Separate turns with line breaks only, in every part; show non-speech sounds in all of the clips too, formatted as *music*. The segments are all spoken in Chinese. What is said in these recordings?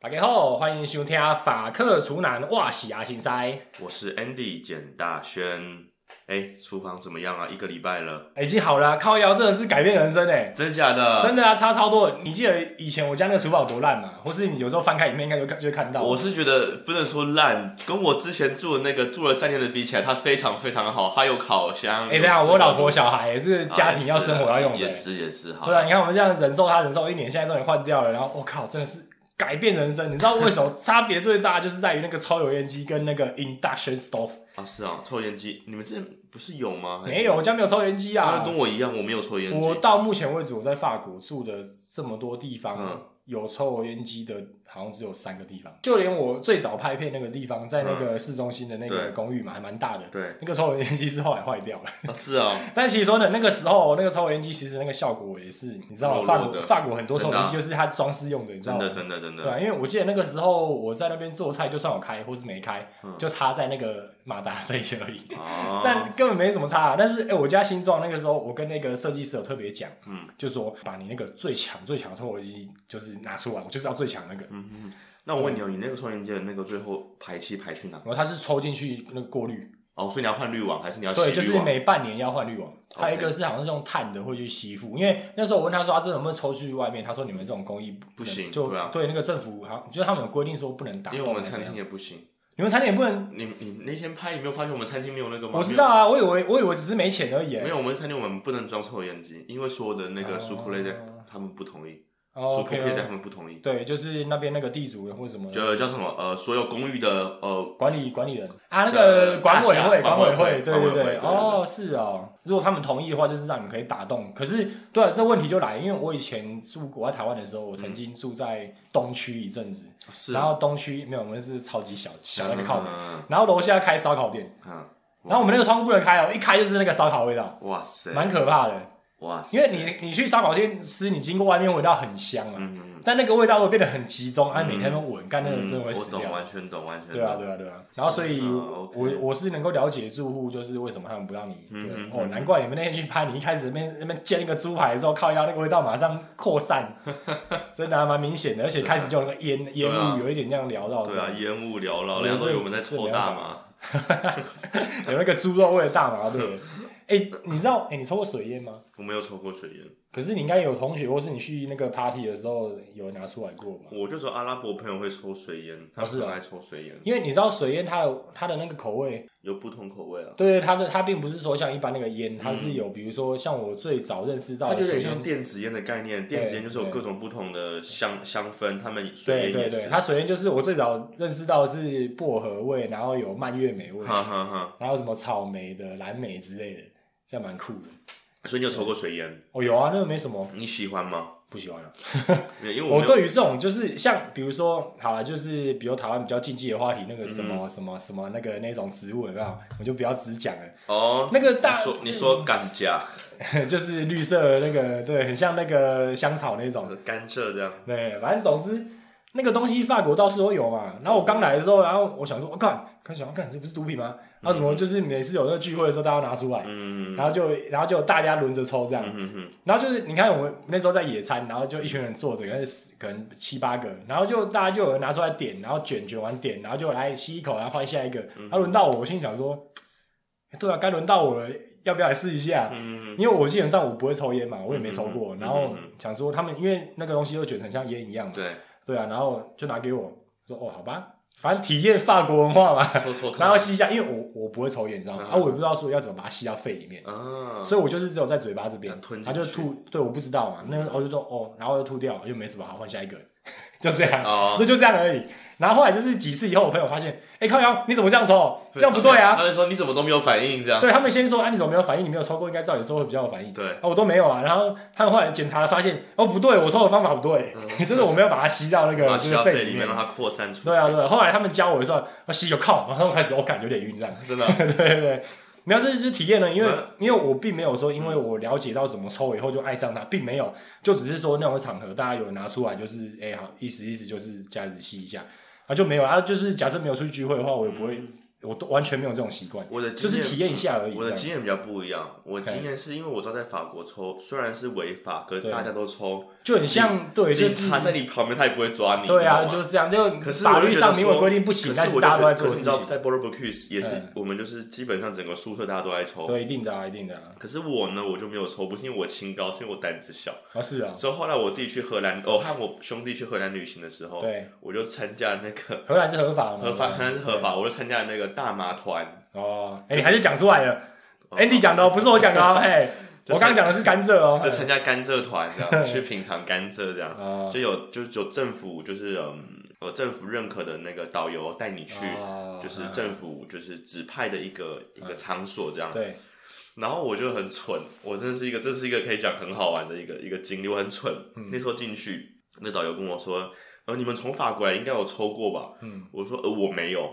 大家好，欢迎收听法克厨男哇喜阿新塞。
我是 Andy 简大轩。哎、厨房怎么样啊？一个礼拜了，
哎已经好了啊、靠腰真的是改变人生哎、
真假的？
真的啊，差超多。你记得以前我家那个厨房有多烂吗？或是你有时候翻开影片应该就看就会看到。
我是觉得不能说烂，跟我之前住的那个住了三年的比起来，它非常非常好，它有烤箱。
哎、
有
等
啊
一下
石头
我老婆小孩也是家庭要生活要用的、
也是也是好
对啊，你看我们这样忍受他忍受一年，现在终于换掉了，然后我、靠，真的是改变人生。你知道为什么差别最大就是在于那个抽油烟机跟那个 induction
*laughs*
stove。
啊，是啊，抽烟机，你们之前不是有吗？
没有，我家没有抽油烟机
啊，
啊
那。哎跟我一样，我没有抽烟
我
机。
到目前为止，我在法国住的这么多地方，
嗯
有抽油烟机的，好像只有三个地方。就连我最早拍片那个地方，在那个市中心的那个
嗯对
公寓嘛，还蛮大的。
对，
那个抽油烟机是后来坏掉了，
啊是啊，
但其实说呢，那个时候那个抽油烟机其实那个效果也是，你知道吗
弱
法
弱
国
的
法国很多抽油烟机
真
就是它装饰用的， *laughs* 你知道
真
吗
的？真的真
对、啊，
的，
因为我记得那个时候我在那边做菜，就算我开或是没开，
嗯
就插在那个马达 *laughs* 这里而已。
啊，
但根本没什么差、啊。但是，哎、我家新装那个时候，我跟那个设计师有特别讲，
嗯，
就说把你那个最强最强的抽油机就是拿出来，我就是要最强那个。
嗯嗯，那我问你哦，你那个抽烟机的那个最后排气排去哪？
然后它是抽进去那个过滤，
哦，所以你要换滤网，还是你要洗
对，就
滤
是
网？
每半年要换滤网。
OK
还有一个是好像是用碳的会去吸附，因为那时候我问他说啊他这能不能抽去外面，他说你们这种工艺
不行
就
对啊
那个政府好像就是他们有规定说不能打，
因为我们餐厅，也不行。
你们餐厅也不能，
你你那天拍，你没有发现我们餐厅没有那个吗？
我知道啊，我以为我以为只是没钱而已
没有，没
欸。
有，我们餐厅我们不能装抽油烟机，因为所有的那
哦
个苏库雷的他们不同意，
哦
苏库雷的
OK，
他们不同意，
对，就是那边那个地主或者什么的
就叫什么呃，所有公寓的呃，
管理管理人啊，那个管委会，
大厦
管委
管委
会，
会
对
管委
对对，
会对对对
哦，是哦。如果他们同意的话，就是让你可以打动。可是，对啊，这问题就来，因为我以前住我在台湾的时候，我曾经住在东区一阵子，
是
然后东区没有，我们是超级小小那个靠北，
嗯
然后楼下开烧烤店，
嗯，
然后我们那个窗户不能开哦，一开就是那个烧烤味道，
哇塞，
蛮可怕的。
哇塞，
因为你你去烧烤店吃，你经过外面味道很香嘛，
嗯嗯，
但那个味道会变得很集中，啊，每天都闻，干那个真的
嗯
会
我
死掉
懂，。完全懂，完全
对啊，
懂，
对啊，对啊。然后所以
嗯
我，
OK
我我是能够了解住户就是为什么他们不让你。
嗯
对
嗯
哦，难怪你们那天去拍，你一开始那边那边煎一个猪排之后，靠腰那个味道马上扩
*laughs*
散，真的还蛮明显的。而且开始就有那个烟烟
对啊
雾，有一点那样缭绕
对
着
啊，，烟雾缭绕，
对
人家都以为我们在抽大麻，啊
有那个猪肉味的大麻对。
*laughs*
哎，你知道哎，你抽过水烟吗？
我没有抽过水烟，
可是你应该有同学，或是你去那个 party 的时候有拿出来过吧？
我就说阿拉伯朋友会抽水烟，他
哦是啊
们很爱抽水烟，
因为你知道水烟它的它的那个口味，
有不同口味啊，
对它的它并不是说像一般那个烟，它是有比如说像我最早认识到
嗯它
的
就有
水
点
烟
像，电子烟的概念，电子烟就是有各种不同的香香氛，他们水
对
烟
对
也
对，
是。
它首先就是我最早认识到的是薄荷味，然后有蔓越莓味，
哈哈哈，
然后什么草莓的、蓝莓之类的，这样蛮酷的。
所以你有抽过水烟？
哦，有啊，那个没什么
你喜欢吗？
不喜欢啊。
没有，因为我
我
没有
对于这种就是像比如说，好了，就是比如台湾比较禁忌的话题，那个什么、什么什么那个那种植物有没有，我就不要只讲了。
哦。
那个
你
大嗯
说你说甘蔗，
*laughs* 就是绿色的那个，对，很像那个香草那种。
甘蔗这样，
对，反正总之那个东西法国到处都有嘛。然后我刚来的时候，然后我想说，我、看，看想看这不是毒品吗？然后怎么就是每次有那个聚会的时候，大家拿出来，
嗯
然后就然后就大家轮着抽这样。
嗯嗯嗯，
然后就是你看我们那时候在野餐，然后就一群人坐着，可能是可能七八个，然后就大家就有人拿出来点，然后卷卷完点，然后就来吸一口，然后换下一个。
嗯
然后轮到我，我心里想说，对啊，该轮到我了，要不要来试一下？
嗯
因为我基本上我不会抽烟嘛，我也没抽过，
嗯嗯嗯
然后想说他们因为那个东西都卷成像烟一样嘛，
嗯
*laughs*
对，
对啊，然后就拿给我说哦，好吧，反正体验法国文化嘛， *laughs*
抽抽看，
然后吸一下，因为我我不会抽烟，你知道吗？
嗯
啊，我也不知道说要怎么把它吸到肺里面，
啊，
所以我就是只有在嘴巴这边
要，嗯吞
他
进
就
去
吐，对，我不知道嘛，那个我就说哦，然后就吐掉，又没什么，好换下一个， *laughs* 就这样，
哦，
这 *laughs* 就这样而已。然后后来就是几次以后，我朋友发现，哎，靠阳，你怎么这样抽？这样不对啊！
他们说你怎么都没有反应这
*laughs*
样，
对他们先说，啊，你怎么没有反应？你没有抽过，应该照理说会比较有反应。
对
啊，我都没有啊。然后他们后来检查发现，哦，不对，我抽的方法不对， *laughs* 就是我没有把它吸到那
嗯把
个
它
啊就
吸
是
到
肺
肺
里
里
面
面，让它扩散出去，
对啊，对啊。后来他们教我的时候，我吸有靠，然后开始我感觉有点晕这样。 *laughs*
真的，
对对对，没有，这就是体验了，因为
嗯
因为我并没有说，因为我了解到怎么抽以后就爱上它，并没有，就只是说那种场合大家有人拿出来，就是哎、好意思意思，就是这样子吸一下，啊就没有啊，就是假设没有出去聚会的话，我也不会我都完全没有这种习惯，
我的
就
经
是
验
体验一下而已。
嗯我的
这样
经验比较不一样，我
OK
经验是因为我知道在法国抽虽然是违法，可是
对
大家都抽，
就很像对，就
警
是
察在你旁边他也不会抓你，
对啊，
你知道
就
吗
是这样。就
可是
法
我就
律
觉得
上明文
说
规定不行，
可
但
是我就
大家都
觉
在
得
做
可是
事
你知道，
情，
在 b o r d e a u c u s 也是
嗯
我们就是基本上整个宿舍大家都在抽，
对，一定的啊，一定的啊。
可是我呢，我就没有抽，不是因为我清高，是因为我胆子小。
啊，是啊，
所以后来我自己去荷兰，我和我兄弟去荷兰旅行的时候，
对，嗯
我就参加那个
荷兰是合法的嘛？
合法，
对
荷兰是合法，我就参加那个大麻团。
哦，哎，你还是讲出来了。
哦
Andy 讲的哦，不是我讲的哦，嘿，
*laughs* 就
我刚刚讲的是甘蔗哦。
就参加甘蔗团
*laughs*
这样，去品尝甘蔗这样，
啊，
就有就是有政府就是嗯呃政府认可的那个导游带你去，
哦
就是
嗯
政府就是指派的一个一个场所这样。
对，
然后我就很蠢，我真的是一个这是一个可以讲很好玩的一个一个经历，我很蠢。
嗯
那时候进去，那导游跟我说，呃你们从法国来应该有抽过吧？
嗯，
我说呃我没有，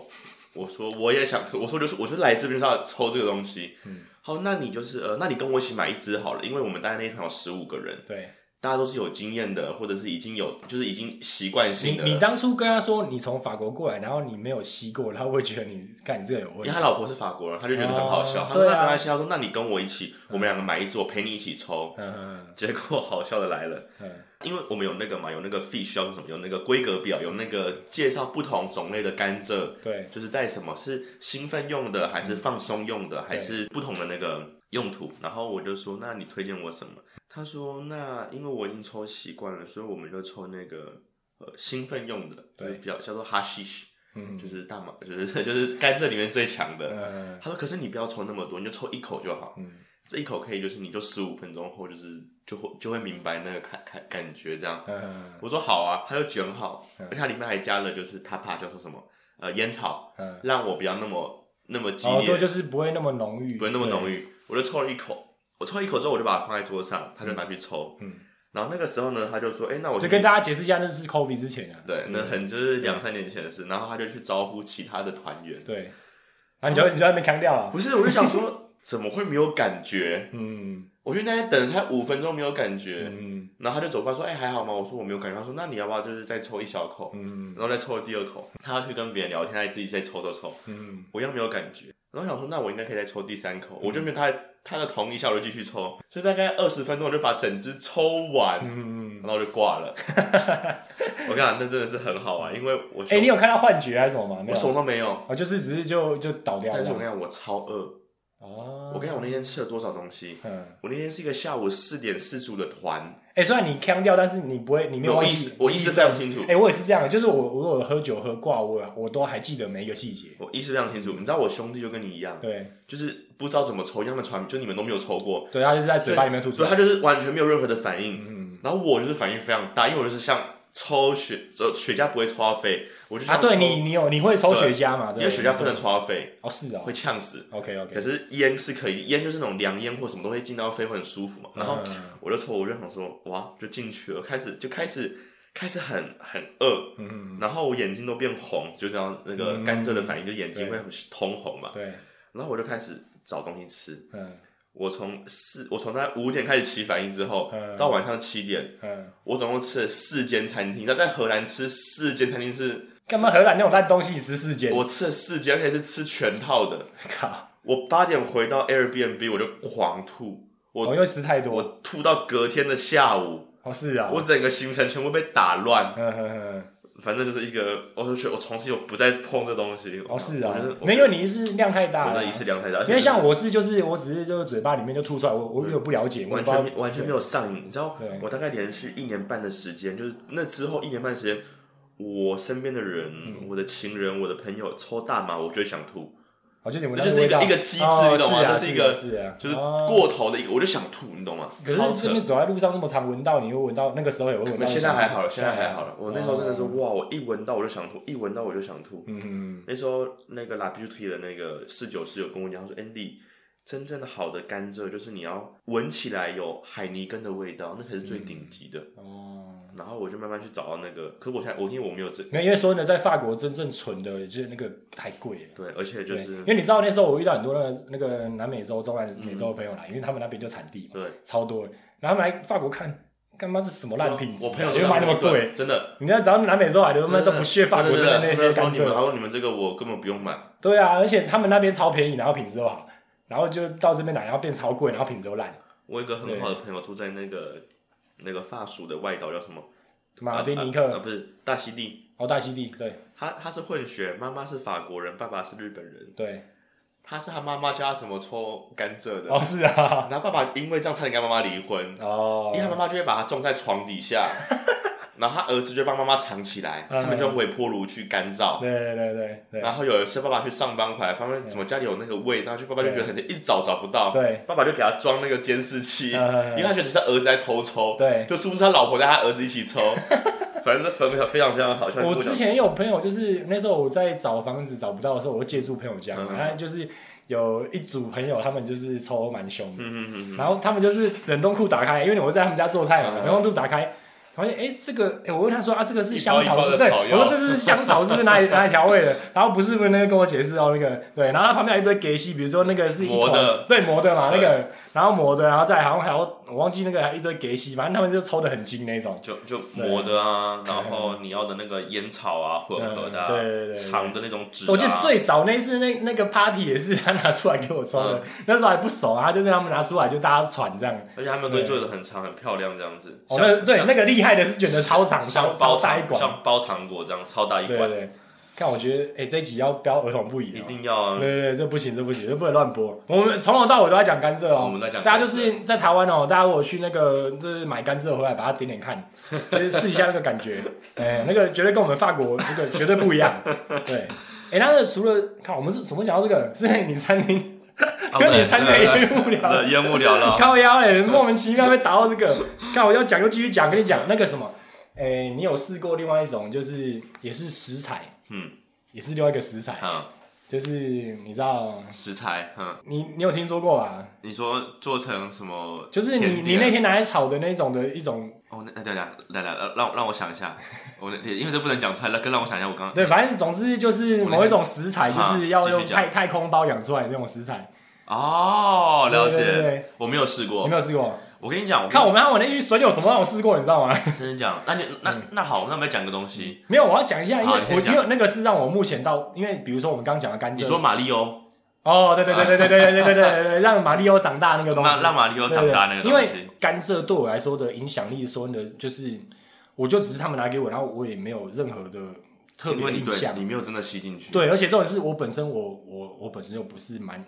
我说我也想，我说就是我就来这边就是要抽这个东西。
嗯，
好，那你就是呃，那你跟我一起买一支好了，因为我们大概那一团有十五个人，
对。
大家都是有经验的，或者是已经有就是已经习惯
你
性的了。
你当初跟他说你从法国过来，然后你没有吸过，他会觉得你看你这个有
因
问
为
题
他老婆是法国人，他就觉得很好笑。
哦
他说：“
对啊
那没关系。”他说：“那你跟我一起，我们两个买一支，我陪你一起抽。
嗯嗯”
*laughs* 结果好笑的来了，
嗯嗯，
因为我们有那个嘛，有那个 fish 要什么，有那个规格表，有那个介绍不同种类的甘蔗，
嗯对，
就是在什么是兴奋用的，还是放松用的，还是不同的那个用途。然后我就说，那你推荐我什么？他说，那因为我已经抽习惯了，所以我们就抽那个呃兴奋用的，
对
就是比较叫做哈希什，
嗯
就是大麻， *laughs* 就是就是甘蔗里面最强的。
嗯
他说，可是你不要抽那么多，你就抽一口就好。
嗯
这一口可以，就是你就十五分钟后，就是就会就会明白那个感感感觉这样。
嗯
我说好啊，他就卷好，
嗯
而且它里面还加了就是他怕叫做什么呃烟草。
嗯，
让我不要那么那么激
哦，
烈，
对，就是不会那么浓郁，
不会那么浓
郁，
郁。我就抽了一口，我抽一口之后我就把它放在桌上，他就拿去抽。
嗯，
然后那个时候呢，他就说：“哎、那我
就
去
跟大家解释一下，那是 Kobe 之前啊，
对，那很就是两三年前的事。”然后他就去招呼其他的团员。
对，啊，你就你就在那边腔掉了，
不是，我就想说， *laughs* 怎么会没有感觉？
嗯
我就那天等了他五分钟没有感觉，
嗯
然后他就走过来说：“哎、还好吗？”我说：“我没有感觉。”他说：“那你要不要就是再抽一小口？”
嗯
然后再抽第二口，他要去跟别人聊天，他还自己再抽抽抽。
嗯，
我一样没有感觉。然后想说，那我应该可以再抽第三口，我就没有他他的同意下，我就继续抽，所以大概二十分钟我就把整支抽完，
嗯，
然后我就挂了。 *laughs* 我跟你讲，那真的是很好玩，因为我
哎，
手
你有看到幻觉还是什么吗？没
我
有
什么，都没有，
哦，就是只是就就倒掉
但是我跟
了，
你讲，我超饿。
哦，
我跟你讲，我那天吃了多少东西？
嗯，
我那天是一个下午四点四十五的团，
哎，虽然你腔掉，但是你不会，你没有
我
忘
意
记
识，我意识非常清楚
哎、，我也是这样的，就是我我有喝酒喝挂，我我都还记得每一个细节。
我意识非常清楚。你知道我兄弟就跟你一样，
对
就是不知道怎么抽，一样的传，就你们都没有抽过，
对，他就是在嘴巴里面吐出
所以他
来。
就是完全没有任何的反应。
嗯，
然后我就是反应非常大，因为我就是像抽雪，呃，雪茄不会抽到飞，我就像
啊，对
抽
你，你有你会抽雪
对
茄嘛？对，
因为雪茄不能抽到飞，
哦，是哦
会。呛死。
OK
可
OK，
是烟是可以，烟就是那种凉烟或什么都会进到飞，会很舒服嘛。然后
嗯
我就抽，我就想说，哇，就进去了，开始就开始开始很很饿，
嗯，
然后我眼睛都变红，就这样那个
嗯
甘蔗的反应，就眼睛
对
会通红嘛。
对，
然后我就开始找东西吃。
嗯
我从四，我从大概五点开始起反应之后
嗯，
到晚上七点，
嗯，
我总共吃了四间餐厅，你知道在荷兰吃四间餐厅是，
干嘛荷兰那种烂东西十四间？
我吃了四间，而且是吃全套的。
靠，
我八点回到 Airbnb，我就狂吐，我
我哦因为吃太
我
多。
吐到隔天的下午，
哦，是啊。
我整个行程全部被打乱。
嗯嗯嗯，
反正就是一个，我就觉得我从此以后不再碰这东西。
哦是啊
我觉得，我
没有你是量太大
我
了
的一
啊，
次量太大，
因为像我是就是我只是就是嘴巴里面就吐出来，我我有不了解，我也
完
不知道
全没完全没有上瘾，你知道
对，
我大概连续一年半的时间，就是那之后一年半的时间，我身边的人、
嗯
我的情人、我的朋友抽大麻，我就会想吐，
我就你们
那就是一个
味道
一个机制
哦
你懂吗
是啊
那是一个
是啊，
就是
哦
过头的一个，我就想吐，你懂吗？
可是
超
这
扯
边。走在路上那么常闻到，你会闻到那个时候也会闻到。
那现在还好了，现在还好了。我那时候真的是
哦
哇，我一闻到我就想吐，一闻到我就想吐。
嗯，嗯
那时候那个 La Beauty 的那个侍酒师有跟我讲，他说 Andy，真正的好的甘蔗就是你要闻起来有海泥根的味道，那才是最顶级的。
嗯哦，
然后我就慢慢去找到那个，可是我现在我因为我没有这
没有，因为说呢，在法国真正纯的，就是那个太贵了。
对，而且就
对，
是
因为你知道那时候我遇到很多那个那个南美洲、中南美洲的朋友来，因为他们那边就产地嘛，
嗯对
超多的，然后他们来法国看，干妈是什么烂品质啊？
我朋友都
又卖那
这
么
样跟我
贵
论，，真的。
你看只要南美洲来的，他
他
们都不屑法国
真
生的
的真
那
的
些甘
他说你们，他
蔗。
说你们这个我根本不用买，
对啊，而且他们那边超便宜，然后品质又好，然后就到这边来，然后变超贵，然后品质又烂。
我有一个很好的朋友住在那个那个法属的外岛叫什么？
马丁尼
啊啊啊
克、
不是大溪地，
哦，大溪地，对
他他是混血，妈妈是法国人，爸爸是日本人，
对，
他是他妈妈教他怎么抽甘蔗的，
哦是
*laughs*
啊，
然后爸爸因为这样差点跟他妈妈离婚，
哦
因为他妈妈就会把他种在床
*laughs*
底下，然后他儿子就帮妈妈藏起来，
嗯
他们就微波炉去干燥。
对对对对对，
然后有一次，爸爸去上班回来，发现怎么家里有那个味道，就爸爸就觉得很一直找找不到，
对，
爸爸就给他装那个监视器，
嗯嗯嗯
因为他觉得是他儿子在偷抽，
对
就是不是他老婆带他儿子一
*laughs*
起抽，反正是非常非常非常好笑。
我
你跟
之
讲
前有朋友，就是那时候我在找房子找不到的时候，我会借住朋友家嘛，
嗯
然后就是有一组朋友，他们就是抽蛮凶的，
嗯嗯嗯嗯，
然后他们就是冷冻库打开，因为我在他们家做菜嘛，
嗯
冷冻库打开。发现哎，诶这个哎，我问他说啊，这个是香
一包
草
一包
是
的
不是？对，
草药
我说这是香草，是不是哪里哪里调味的？然后不是不是那个跟我解释哦，那个对，然后他旁边还有一堆给西，比如说那个是一
磨的
口对磨的嘛，那
对
个然后磨的，然后再好像还有我忘记那个还有一堆给西，反正他们就抽的很精那种。
就就磨的啊，然后你要的那个烟草啊，混合的啊，
嗯对对对对
长的那种纸啊，
我记得最早那次那那个 party 也是他拿出来给我抽
嗯
的，那时候还不熟啊，就是他们拿出来就大家传这样。
而且他们都做的很长很漂亮这样子，
哦，
像
那对
像
那个厉害的是卷的超长，超
像包
超大
糖
一管，
像包糖果这样超大一
对对
管，
对。看，我觉得哎、这一集要标儿童不宜
一
了。
定要啊
对，对对，这不行，这不行，这不能乱播。我们从头到尾都在讲甘蔗
我
哦、
们在讲
大家就
甘蔗
是在台湾哦、大家如果去那个就是买甘蔗回来，把它点点看，就是试一下那个感觉。哎、那个绝对跟我们法国那个绝对不一样。对，哎、那个除了看我们是怎么讲到这个？是你餐厅
啊
跟你参加
对对
业务 *laughs*
对
聊，
对烟雾缭绕，
靠腰嘞，莫名其妙被打到这个。看我要讲就继续讲，跟你讲那个什么，哎、你有试过另外一种，就是也是食材，
嗯，
也是另外一个食材，
好，
就是你知道，
嗯食材，嗯，
你你有听说过吧？
你说做成什么
就
甜
是
点？
你你那天拿来炒的那种的一种，
哦，那那对对，来来让让让我想一下，我那因为这不能讲出来，那更让我想一下，我刚刚
对，反正总之就是某一种食材，就
我那
是
天
要
嗯继续
用
讲
太太空包养出来的那种食材，
哦，了
对对对
解
对，
我没有试
你
过
没，有试过？
我跟你讲，我
看我们我那句水有什么让我试过，你知道吗？
真的讲，那你那
嗯
那好，那我们讲个东西，
没有，我要讲一下，因为
好你先
我因
讲
为那个是让我目前到，因为比如说我们刚讲的甘
你
蔗，
说马里奥，
哦，对对对 *laughs* 对对对对对对对，让马里奥长大那个东西，
让让马里奥长大那个
对对
东
对因
西
为，甘蔗对我来说的影响力，说真的就是，我就只是他们拿给我，然后我也没有任何的特
因
别
为你
印象
对，你没有真的吸进去，
对，而且重点是我本身我我我本身又不是蛮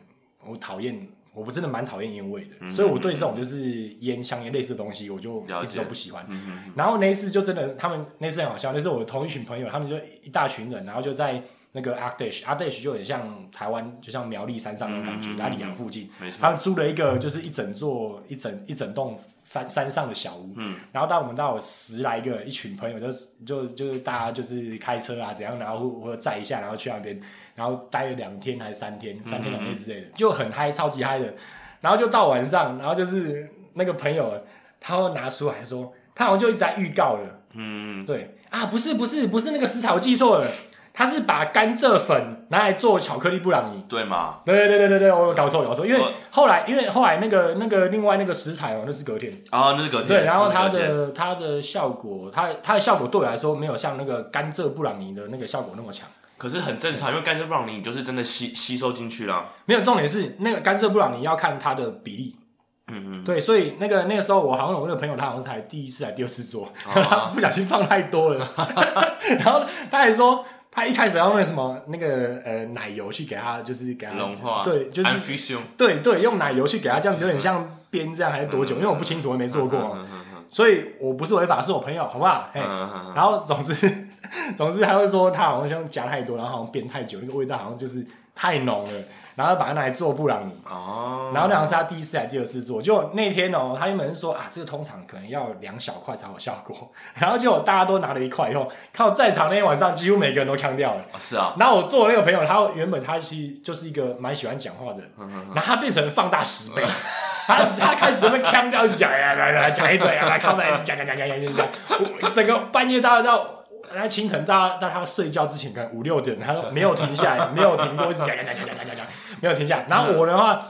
我讨厌，我不真的蛮讨厌烟味的，所以我对这种就是烟香烟类似的东西，我就
了
一直都
解
不喜欢。
嗯哼哼，
然后那一次就真的，他们那次很好笑，那是我同一群朋友，他们就一大群人，然后就在那个 Ardesh，Ardesh 就很像台湾，就像苗栗山上那种感觉，
嗯嗯嗯
打里昂附近，
没错，
他们租了一个就是一整座一整一整栋山山上的小屋，
嗯
然后到我们到有十来个一群朋友就，就就是大家就是开车啊怎样，然后或者载一下，然后去那边，然后待了两天还是三天，三天两夜之类的，就很嗨，超级嗨的。然后就到晚上，然后就是那个朋友他会拿出来说，他好像就一直在预告了，
嗯，
对啊，不是不是不是那个食材，我记错了，他是把甘蔗粉拿来做巧克力布朗尼。
对嘛，
对对对对对对，我有搞错有搞错，因为
我
后来因为后来那个那个另外那个食材哦，那是隔天，
哦，那是隔天，
对，然后它
那是隔天
的它的效果，它它的效果对我来说没有像那个甘蔗布朗尼的那个效果那么强。
可是很正常，因为甘蔗布朗尼你就是真的吸吸收进去了，
没有重点是那个甘蔗布朗尼要看它的比例，
嗯嗯，
对，所以那个那个时候我好像我那个朋友他好像才第一次还第二次做， *laughs* 他
哦
不小心放太多了， *laughs* 然后他还说他一开始要用那个什么那个呃奶油去给他就是给他
嗯融化，
对，就是
infusion，
对对，用奶油去给它这样子，有点像煸这样还是多久？因为我不清楚，我也没做过，
嗯嗯嗯嗯嗯
所以我不是违法，是我朋友，好不好？哎、
嗯嗯嗯嗯
然后总之 *laughs* 总之他会说他好像加太多，然后好像煸太久，那个味道好像就是太浓了，然后把它拿来做布朗尼。
哦，
然后那好像是他第一次还是第二次做，就那天哦，他原本是说啊，这个通常可能要两小块才有效果， *laughs* 然后结果大家都拿了一块以后，看我在场那天晚上几乎每个人都呛掉了。
哦是啊，
然后我做的那个朋友，他原本他其实就是一个蛮喜欢讲话的人，
嗯
然后他变成放大十倍，他他开始在那边腔调一直讲，哎呀来来来讲一堆，啊，来看来讲讲讲讲讲讲讲，我整个半夜大家到。那清晨，大家到他睡觉之前，可能五六点，他都没有停下来，没有停过，一直讲讲讲讲讲讲讲，没有停下来。然后我的话，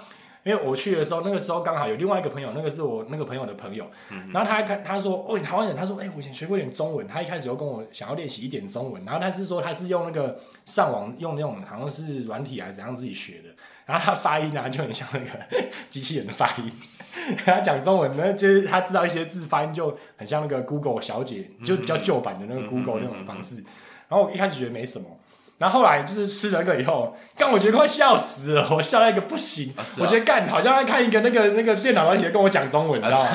因为我去的时候，那个时候刚好有另外一个朋友，那个是我那个朋友的朋友，
嗯
然后他看他说哦，你台湾人，他说哎、我以前学过一点中文，他一开始就跟我想要练习一点中文，然后他是说他是用那个上网用那种好像是软体还是怎样自己学的，然后他发音啊就很像那个 *laughs* 机器人的发音，他讲中文呢就是他知道一些字发音就很像那个 Google 小姐，就比较旧版的
嗯
那个 Google 那种方式，然后我一开始觉得没什么。然后后来就是吃了那个以后，干我觉得快笑死了，我笑到一个不行，
啊是啊
我觉得干好像在看一个那个那个电脑软体在跟我讲中文，你知道吗？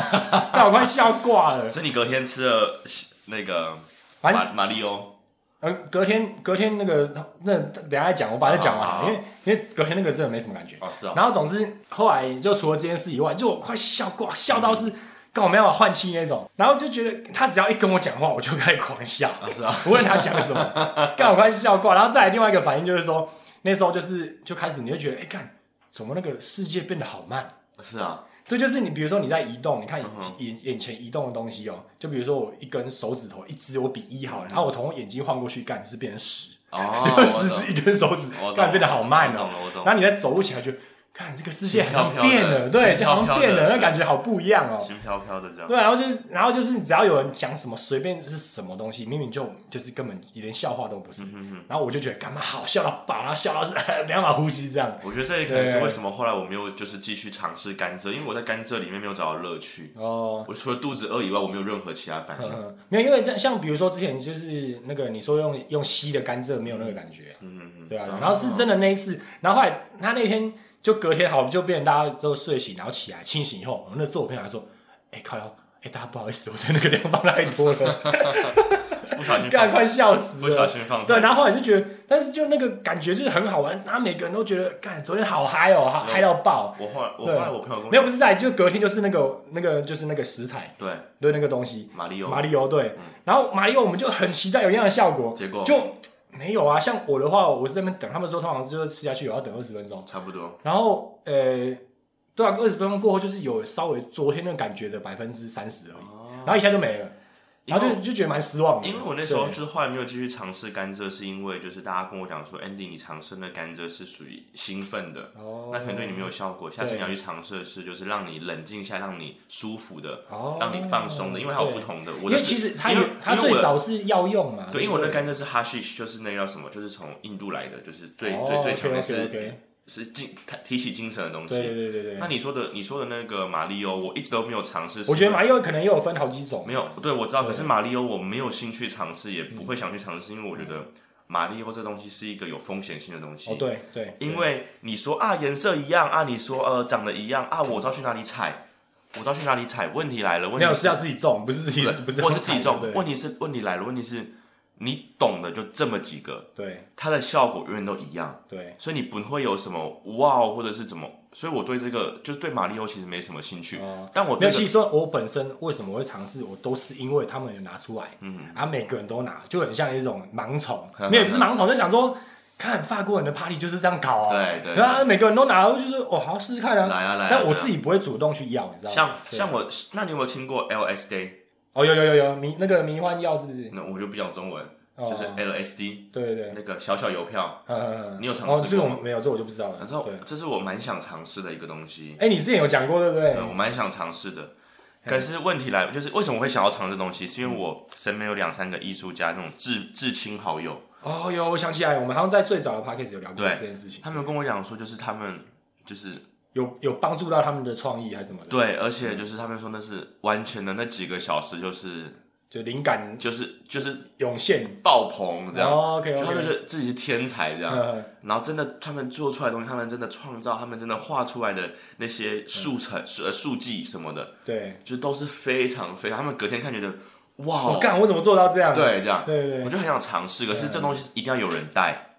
干我快笑挂了。
所以你隔天吃了那个
反
马马里欧，
呃，隔天隔天那个那等一下再讲，我把它讲完好
啊好好
了，因为因为隔天那个真的没什么感觉。
哦是啊，
然后总之后来就除了这件事以外，就我快笑挂，笑到是跟我没办法换气那种。然后就觉得他只要一跟我讲话，我就开始狂笑，
是啊
不论他讲什
*laughs*
么，干我快笑挂。然后再来另外一个反应就是说，那时候就是就开始你就觉得，哎干，怎么那个世界变得好慢？
是啊，
这就是你，比如说你在移动，你看眼
嗯哼
眼眼前移动的东西哦，就比如说我一根手指头，一只我比一好了，然后我从我眼睛晃过去，干是变成十，
哦，
*laughs*
我
十
懂
只一根手指
我，懂
干变得好慢
我懂
哦。
了，我懂
然后
了，
你再走路起来就，看这个世界好像
轻飘飘的
变了，对，就
轻
好像
飘飘
变
的
了，那感觉好不一样哦。
轻飘飘的这样，
对，然后就是，然后就是，只要有人讲什么，随便是什么东西，明明就就是根本连笑话都不是，然后我就觉得干嘛好笑到爆，然后笑到是 *laughs* 没办法呼吸这样。
我觉得这也可能是为什么后来我没有就是继续尝试甘蔗，因为我在甘蔗里面没有找到乐趣。
哦，
我除了肚子饿以外，我没有任何其他反应。
嗯，没有，因为像像比如说之前就是那个你说用用吸的甘蔗没有那个感觉啊、
嗯，
对啊，然后是真的那一次，然后后来他那天就隔天好就变成大家都睡醒，然后起来清醒以后，我那做我朋友还说，哎、靠腰，哎、大家不好意思，我觉得那个量放太多了，
*laughs* 嗯不小
*laughs*
心
干
放，
快笑死
不小
了。
心放
对，
纵，
然后后来就觉得，但是就那个感觉就是很好玩，然后每个人都觉得，干昨天好嗨哦，嗨嗨到爆。
我后来我
对
后来我朋友跟我
没有，不是在，就隔天就是那个那个就是那个食材，
对
对那个东西，
马里奥
马，里奥对，然后马里奥我们就很期待有一样的效果，
嗯结果
就没有啊。像我的话，我是在那边等，他们说通常就是吃下去也要等二十分钟，
差不多。
然后呃，对啊，二十分钟过后就是有稍微昨天那个感觉的百分之三十而已，然后一下就没了，
哦因
然
为
后就就觉得蛮失望的。
因为我那时候
对
就是后来没有继续尝试甘蔗，是因为就是大家跟我讲说，Andy 你尝试的甘蔗是属于兴奋的，
哦
那可能对你没有效果。下
对
次你要去尝试的是就是让你冷静一下，让你舒服的，
哦
让你放松的，因为它有不同的。
因
我
为
的
其
是
实它
因
有
为
它
因为我
最
的
早是药用嘛，
对，因为
不
我那甘蔗是 hashish，就是那叫什么，就是从印度来的，就是最、
哦
最最强的
OK，OK，
是
OK
是精它提起精神的东西。
对对对对对
那
对，
你说的你说的那个马里欧，我一直都没有尝试。
我觉得马里奥可能也有分好几种，
没有，对我知道，可是马里欧我没有兴趣尝试，也不会想去尝试，因为我觉得马里欧这东西是一个有风险性的东
嗯
西。
哦对对，
因为你说啊颜色一样啊，你说呃长得一样啊，我知道去哪里采，我知道去哪里采。问题来了，问
没有
题
是要自己种，不是自己不是
我是自己种
对，
问题是问题来了，问题是你懂的就这么几个，
对
它的效果永远都一样，
对，
所以你不会有什么哇哦或者是怎么，所以我对这个就对马里奥其实没什么兴趣，
哦
但我
没
对
有，
这
其实说我本身为什么会尝试，我都是因为他们有拿出来，嗯，啊，每个人都拿，就很像一种盲
*laughs*
从，没有也不是盲从，就想说，看法国人的 party 就是这样搞啊，
对对
然后每个人都拿，我就是哦，好试试看啊，
来啊来啊
但我自己不会主动去要，你知道吗？
像
对
像我，那你有没有听过 LSD？
哦，有有有有迷那个迷幻药是不是？
那我就不讲中文，
哦
就是 LSD
对对对，
那个小小邮票，
嗯，
你有尝试
哦，这
过
个
吗
我没有，这我就不知道了。
然后
对，
这是我蛮想尝试的一个东西，
哎，你之前有讲过对不对
对？我蛮想尝试的。可是问题来了，就是为什么我会想要尝试东西？是
嗯
因为我身边有两三个艺术家，那种至至亲好友，
哦，有，我想起来，我们好像在最早的 podcast 有聊过
对
这件事情，
他们跟我讲说，就是他们就是
有有帮助到他们的创意还是什么的，
对，而
嗯
且就是他们说那是完全的那几个小时，就是
就灵感
就是就是
涌现。
爆棚这样，
哦，OK
就他们
OK，
就自己是天才这样。
嗯，
然后真的，他们做出来的东西，他们真的创造，他们真的画出来的那些数成、数呃数据什么的，
*laughs* 对。
就都是非常非常。他们隔天看觉得，哇
我
哦，
干，我怎么做到这样？
对，这样，
对对
我
对，
就很想尝试。可是这东西一定要有人带，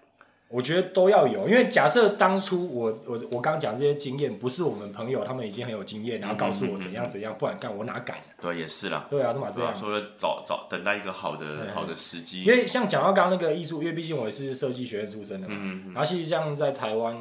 我觉得都要有，因为假设当初我我我刚讲这些经验，不是我们朋友他们已经很有经验，然后告诉我怎样怎样，不然干我哪敢？
对，也是啦。
对啊，干嘛这
嗯对啊，
样？
所以就找找等待一个好的
嗯
好的时机
因。为像讲到刚刚那个艺术，因为毕竟我也是设计学院出身
嗯
的嘛，然后其实像在台湾，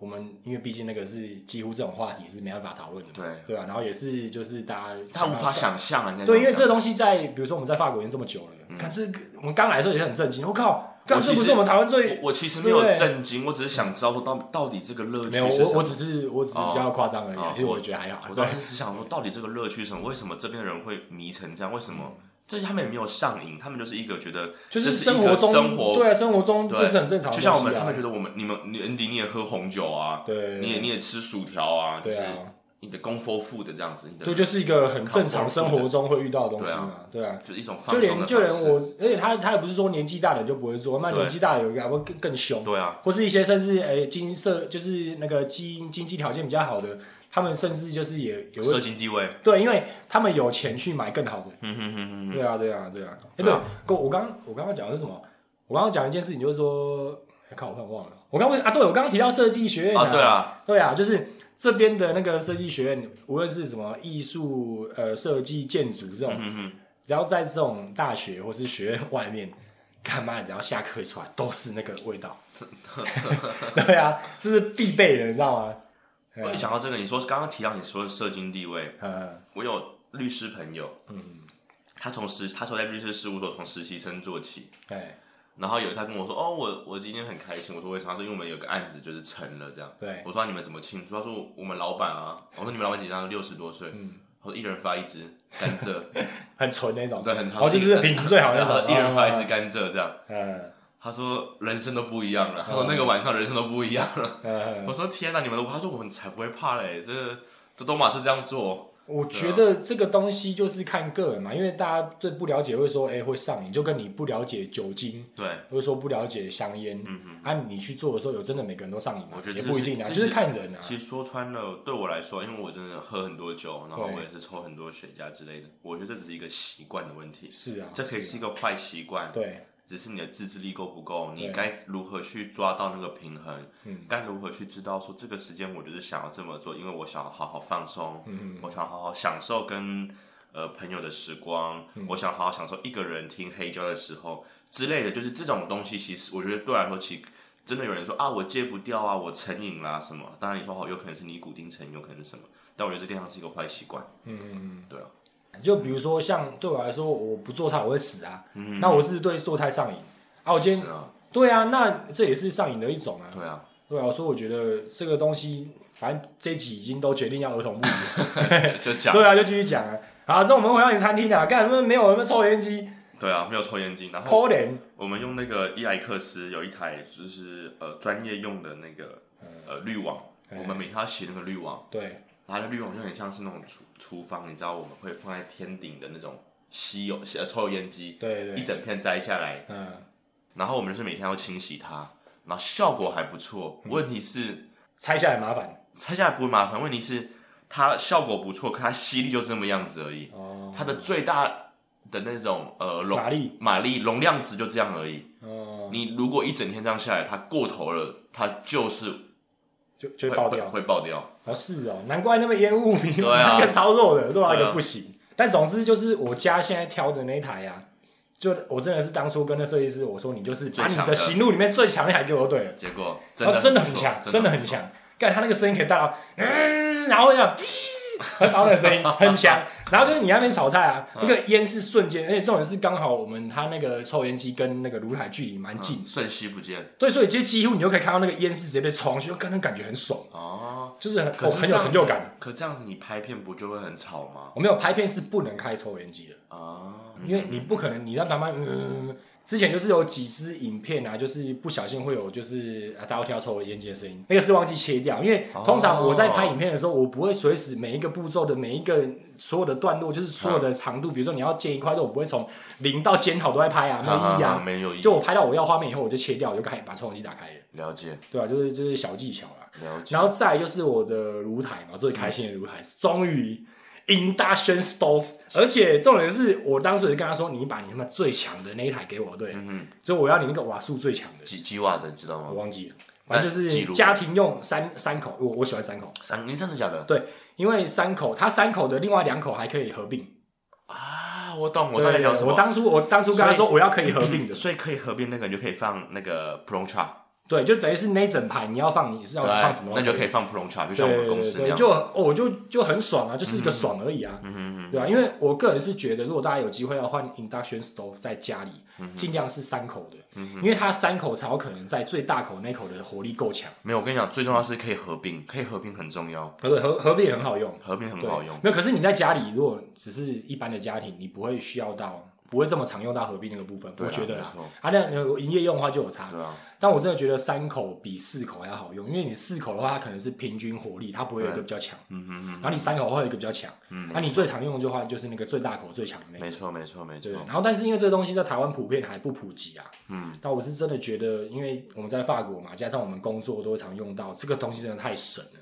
我们因为毕竟那个是几乎这种话题是没办法讨论的嘛，
对，
对啊，然后也是就是大家
他无法
想要
想象啊，应该
对，因为
样
这个东西在，比如说我们在法国已经这么久了，看这个我们刚来的时候也是很震惊，我靠，但
我
这
其
不
实
是我们台湾最
我我其实没有
对不对
震惊，我只是想知道说到到底这个乐
没有，
趣是
我
什
我
么。
只是我只是比较夸张而已啊
哦。
其实我觉得还好
我，当
对
时只想说，到底这个乐趣是什么？为什么这边的人会迷成这样？为什么？这他们也没有上瘾，他们就是一个觉
*laughs*
得
嗯就
这是
生
一
活
个
中
生活
对生活中
对
这是很正常的东西啊。
就像我们，他们觉得我们你们你你你也喝红酒啊，
对，
你也你也吃薯条啊，就
对
是
啊，
你的功夫付的这样子，你的
对，就是一个很正常生活中会遇到的东西嘛，对啊。
就是一种
就
放松
连
的
就连
方式
我，而且他他也不是说年纪大的就不会啊做，那
对
年纪大的有一个还会更更凶，
对啊，
或是一些甚至诶经社就是那个基因经济条件比较好的，他们甚至就是也也会
社经地位，
对，因为他们有钱去买更好的，
嗯哼哼哼哼，
对啊，对啊，对啊。哎，
对
对
啊，
我我刚我刚刚讲的是什么？我刚刚讲一件事情，就是说，哎靠，我突然忘了。我刚问啊，对我刚刚提到设计学院
啊，对啊，
对啊，就是这边的那个设计学院，无论是什么艺术、呃设计、建筑这种，
嗯哼哼，
只要在这种大学或是学院外面，干嘛只要下课一出来都是那个味
*laughs*
道。对啊，这是必备的，你知道吗？对
我一
啊
想到这个，你说刚刚提到你说的社经地位，
呃，
我有律师朋友，嗯，他从实他从在律师事务所从实习生做起，
哎，
然后有一次他跟我说，哦，我我今天很开心，我说为啥？他说因为我们有个案子就是成了这样，
对，
我说、啊、你们怎么庆祝？他说我们老
*laughs*
板啊，我说你们老板几张？六十多岁，
嗯
他说一人发一支
*laughs*
甘蔗，
很纯那种，
对，很长，
哦，就是品质最好那
然后
种，
*laughs* 一人发一支
嗯，
甘蔗这样。
嗯
他说人生都不一样了，他说那个晚上人生都不一样了。
嗯，
我说天哪，你们都，他说我们才不会怕嘞，这这东马是这样做，
我觉得这个东西就是看个人嘛，因为大家最不了解会说，哎、会上瘾，就跟你不了解酒精，
对，
或者说不了解香烟，
嗯嗯。
啊，你去做的时候，有真的每个人都上瘾吗
我觉？
也
得这
不一
是
定啊，
这
就是是看人啊。
其实说穿了，对我来说，因为我真的喝很多酒，然后我也是抽很多雪茄之类的，我觉得这只是一个习惯的问题，
是啊，
这可以是一个坏习惯，
对，
只是你的自制力够不够，你
对
该如何去抓到那个平衡，
嗯
该如何去知道说这个时间我就是想要这么做，因为我想要好好放松，
嗯，
我想好好享受跟呃朋友的时光，
嗯
我想好好享受一个人听黑胶的时候之类的，就是这种东西，其实我觉得对我来说，其实真的有人说啊，我戒不掉啊，我成瘾啦、什么。当然你说哦好，有可能是尼古丁成瘾，有可能是什么，但我觉得这更像是一个坏习惯。嗯，对啊，
就比如说像对我来说，我不做菜我会死啊，
嗯
那我是对做菜上瘾啊，我今天
是啊，
对啊，那这也是上瘾的一种啊，
对啊，
对啊，所以我觉得这个东西，反正这一集已经都决定要儿童不宜了，
就就讲
对啊，就继续讲啊。好，那我们回到你餐厅啊，干什么没有什么抽烟机，
对啊，没有抽烟机，然后
抠脸，
我们用那个伊莱克斯有一台就是呃专业用的那个呃滤网，
嗯
我们每天要洗那个滤网。
对，
然后那滤网就很像是那种厨厨房，你知道我们会放在天顶的那种吸油呃抽油烟机，
对对
一整片摘下来，
嗯，
然后我们就是每天要清洗它，然后效果还不错。
嗯
问题是
拆下来麻烦
拆下来不会麻烦，问题是它效果不错，可它吸力就这么样子而已，
哦，
它的最大的那种呃容
马力，
马力容量值就这样而已。
哦，
你如果一整天这样下来，它过头了，它就是
就就会
会
爆
会
掉。
会爆掉。
哦，是哦，难怪那么烟雾迷，
对啊
那个超肉的，对吧、
对啊
也不行。但总之就是我家现在挑的那一台啊，就我真的是当初跟那设计师我说，你就是把你
最强
的
的
行路里面最强的一台给我对了，
结果真
然
的、
哦后真的
很
很
不错
强，
真
真的很
不错。
强。干他那个声音可以大到，嗯，然后这样，很高的声音，很强。然后就是你那边炒菜啊，
嗯
那个烟是瞬间，而且重点是刚好我们他那个抽烟机跟那个炉台距离蛮近，
嗯瞬息不见
对，所以就几乎你就可以看到那个烟是直接被冲上去，就感那感觉很爽，
哦。
就是很、
可
哦、
是、
很有成就感。。
可这样子，你拍片不就会很吵吗？
我没有拍片是不能开抽烟机的，
啊，
因为你不可能你让他们、嗯，之前就是有几支影片啊，就是不小心会有就是啊，大家会听到抽烟机的声音，那个是忘记切掉，因
哦
为通常我在拍影片的时候，我不会随时每一个步骤的每一个所有的段落，就是所有的长度，比如说你要煎一块肉，我不会从零到煎好都在拍啊，没
哈
意义
哈哈
啊。
没有意义。
就我拍到我要画面以后，我就切掉，我就开始把抽烟机打开了，
了解，
对吧、就是就是小技巧啊啦。
了解。
然后再来就是我的炉台嘛，最开心的炉台，终于 induction stove，而且重点是我当时就跟他说，你把你他妈最强的那一台给我，对，
嗯
所以我要你那个瓦数最强的，
几几瓦的，你知道
我
吗？
忘记了，反正就
那几
是
炉
家庭用三三口，我我喜欢三口，
三，你真的假的？
对，因为三口它三口的另外两口还可以合并，
啊，我懂，我
对
大概
对
讲
对
什么。
我当初我当初跟他
*coughs* 所 *laughs*
说我要可以合并的，
所以可以合并那个，你就可以放那个 p r o n c h a
对，就等于是那一整排你要放，你是要放什么东
对，那
西？
就可以放普龙茶，就像
对
我
对
们
对
公司那
对，
样
就
子。
哦，我就就很爽啊，就是一个爽而已啊，
嗯哼
对吧、因为我个人是觉得，如果大家有机会要换 induction stove 在家里，
嗯
尽量是三口的，因为它三口才有可能在最大口那口的活力够强，呃
没有，我跟你讲，最重要是可以合并，可以合并很重要，
对合合并也很好用，
合并很
对
好用。
没有，可是你在家里，如果只是一般的家庭，你不会需要到，不会这么常用到合并那个部分，
对啊
我觉得
没
啦
错。
啊，那呃营业用的话就有差，
对啊，
但我真的觉得三口比四口还要好用，因为你四口的话，它可能是平均火力，它不会有一个比较强，
嗯哼哼，
然后你三口会有一个比较强，
嗯
那、你最常用的话就是那个最大口最强的那个
没错，没错，没
对，
错。
哦然后但是因为这个东西在台湾普遍还不普及啊，
嗯，
那我是真的觉得，因为我们在法国嘛，加上我们工作都常用到，这个东西真的太神了。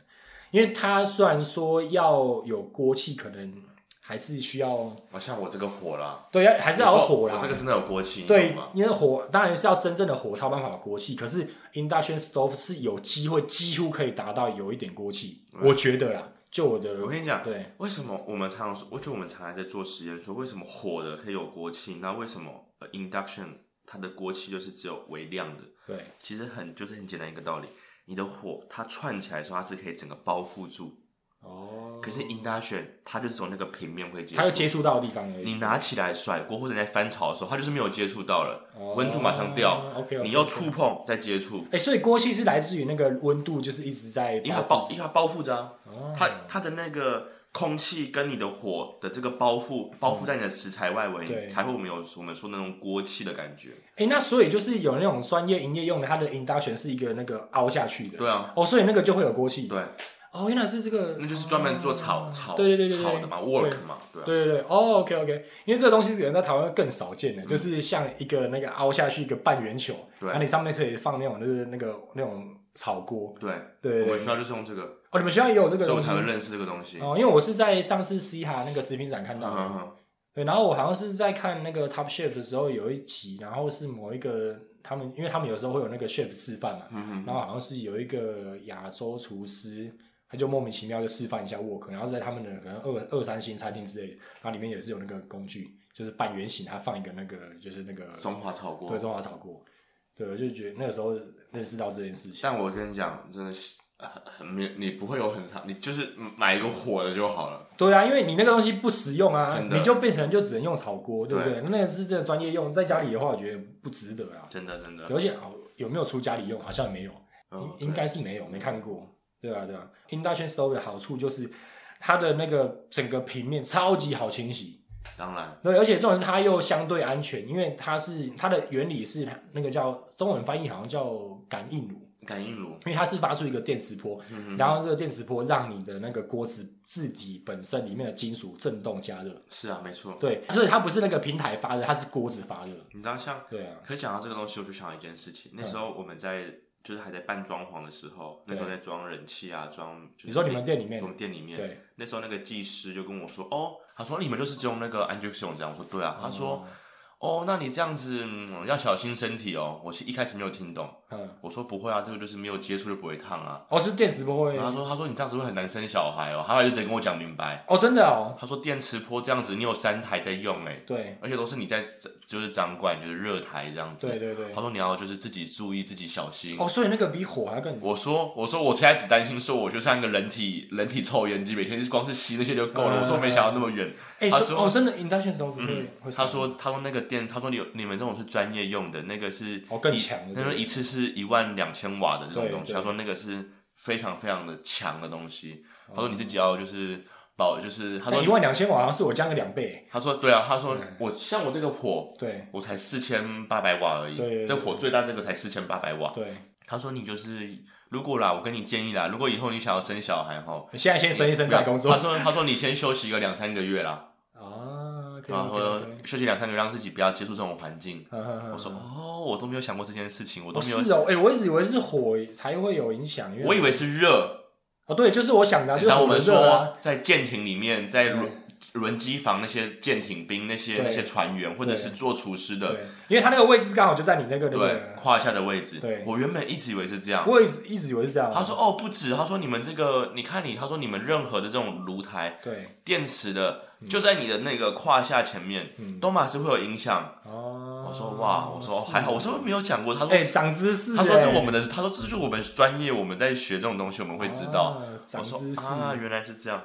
因为它虽然说要有锅气，可能还是需要
啊，像我这个火啦，
对，要还
还
是要有火啦
我。这个真的有锅气，你
对
懂吗，
因为火当然是要真正的火，才有办法有锅气。可是 induction stove 是有机会，几乎可以达到有一点锅气，我觉得啦。就我的，
我跟你讲，
对，
为什么我们常常说，我觉得我们常常在做实验，说为什么火的可以有锅气，那为什么呃 induction 它的锅气就是只有微量的？
对，
其实很就是很简单一个道理，你的火它串起来的时候，它是可以整个包覆住，
哦，
可是 induction 它就是从那个平面会接
它有
触。
接触到的地方而已。
你拿起来甩锅或者你在翻炒的时候，它就是没有接触到了
哦，
温度马上掉。
OK，OK，OK
你又触碰再接触，
哎、所以锅气是来自于那个温度，就是一直在
因为它包，因为它包覆着啊，
哦
它它的那个空气跟你的火的这个包覆，包覆在你的食材外围，
对
才会我们有我们说那种锅气的感觉。
哎、那所以就是有那种专业营业用的，它的 induction 是一个那个凹下去的，
对啊，
哦，所以那个就会有锅气。
对，
哦，原来是这个，
那就是专门做炒炒
对对对对
炒的嘛，work 嘛，对啊，
对对对，哦，OK OK，因为这个东西可能在台湾更少见的，就是像一个那个凹下去一个半圆球，
嗯对
然后你上面可以放那种就是那个那种炒锅，
对，
对对
我们
对，
学校就是用这个，
哦，你们学校也有这个
所以我
东西
才会认识这个东西。嗯
哦，因为我是在上次西哈那个食品展看到的，
嗯嗯
对，然后我好像是在看那个 Top Chef 的时候，有一集，然后是某一个他们，因为他们有时候会有那个 chef 示范嘛，
嗯
然后好像是有一个亚洲厨师，他就莫名其妙就示范一下 work，然后在他们的可能二二三星餐厅之类的，然后里面也是有那个工具，就是半圆形，它放一个那个就是那个
嗯，中华炒锅
对。中华炒锅，对，我就觉得那个时候认识到这件事情，
但我跟你讲，真的是呃很没有，你不会有很长，你就是买一个火的就好了。
对啊，因为你那个东西不实用啊，
真的
你就变成就只能用炒锅，对不
对
对？那个是真的专业用，在家里的话，我觉得不值得啊。
真的真的，
而且哦，有没有出家里用？好像没有，
嗯
应应该是没有，没看过。对啊，对啊。Induction stove 的好处就是它的那个整个平面超级好清洗，
当然，
对，而且重点是它又相对安全，因为它是它的原理是它那个叫中文翻译好像叫感应炉，
感应炉，
因为它是发出一个电磁波，然后这个电磁波让你的那个锅子质地本身里面的金属震动加热，
是啊，没错。
对，所以它不是那个平台发热，它是锅子发热，
你知道像，
对啊，
可以讲到这个东西，我就想到一件事情。那
嗯
时候我们在就是还在办装潢的时候，那时候在装人气啊，装就是
你说你们店里
我
面
们店里面，
对
那时候那个技师就跟我说，哦，他说你们就是只用那个 a n d r e x o n 这样，我说对啊，他说。哦，那你这样子、嗯、要小心身体哦。我是一开始没有听懂，
嗯，
我说不会啊，这个就是没有接触就不会烫啊。
哦是电磁波会
然后他说他说你这样子会很难生小孩哦，他后来就直接跟我讲明白，
哦真的哦。
他说电磁波这样子你有三台在用哎、
对
而且都是你在就是掌管就是热台这样子，
对对对
他。说你要就是自己注意自己小心。
哦，所以那个比火还更
我说我说我现在只担心说我就像一个人体人体抽烟机，每天光是吸那些就够了。
嗯
我说没想到那么远。
哎，
他
所以
说嗯
哦，真的 induction stove 会会
他
少
说他说那个电，他说你你们这种是专业用的，那个是
哦更
一
强的
他说一次是一万两千瓦的这种
对
东西，
对
他说那个是非常非常的强的东西。他说你自己要就是保就是他
哦但一
说
万两千瓦好像是我加个两倍，
他说对啊，他说我像我这个火
对
我才四千八百瓦而已，
对对对
这火最大这个才四千八百瓦。
对。
他说你就是如果啦，我跟你建议啦，如果以后你想要生小孩哈，
你现在先生一生再工
他
作
说他说你先休息个两三个月啦，
啊，可以
然后
可以。
休息两三个月，让自己不要接触这种环境。
我
我说哦，我都没有想过这件事情，我
嗯
都
哦
没有，
是哦，哎，我一直以为是火才会有影响，因
我
为
以为是热。
哦对，就是我想的啊，就是
然后我
火的
们
热啊，
说在舰艇里面，在轮轮机房那些舰艇兵、那些
对
那些船员或者
对
是做厨师的，
对，因为它那个位置刚好就在你那个那
对
个，
胯下的位置
对，
我原本一直以为是这样。
我一直一直以为是这样啊，
他说哦，不止，他说你们这个，你看你，他说你们任何的这种炉台，
对嗯
电池的，就在你的那个胯下前面，都马是会有影响。
哦，
我我说哇，我说哦还好，我说没有讲过。他说
哎、长知识、欸，
他说这我们的，他说这就是我们专业，我们在学这种东西，我们会知
啊
道。
长
我说
知识
啊，原来是这样。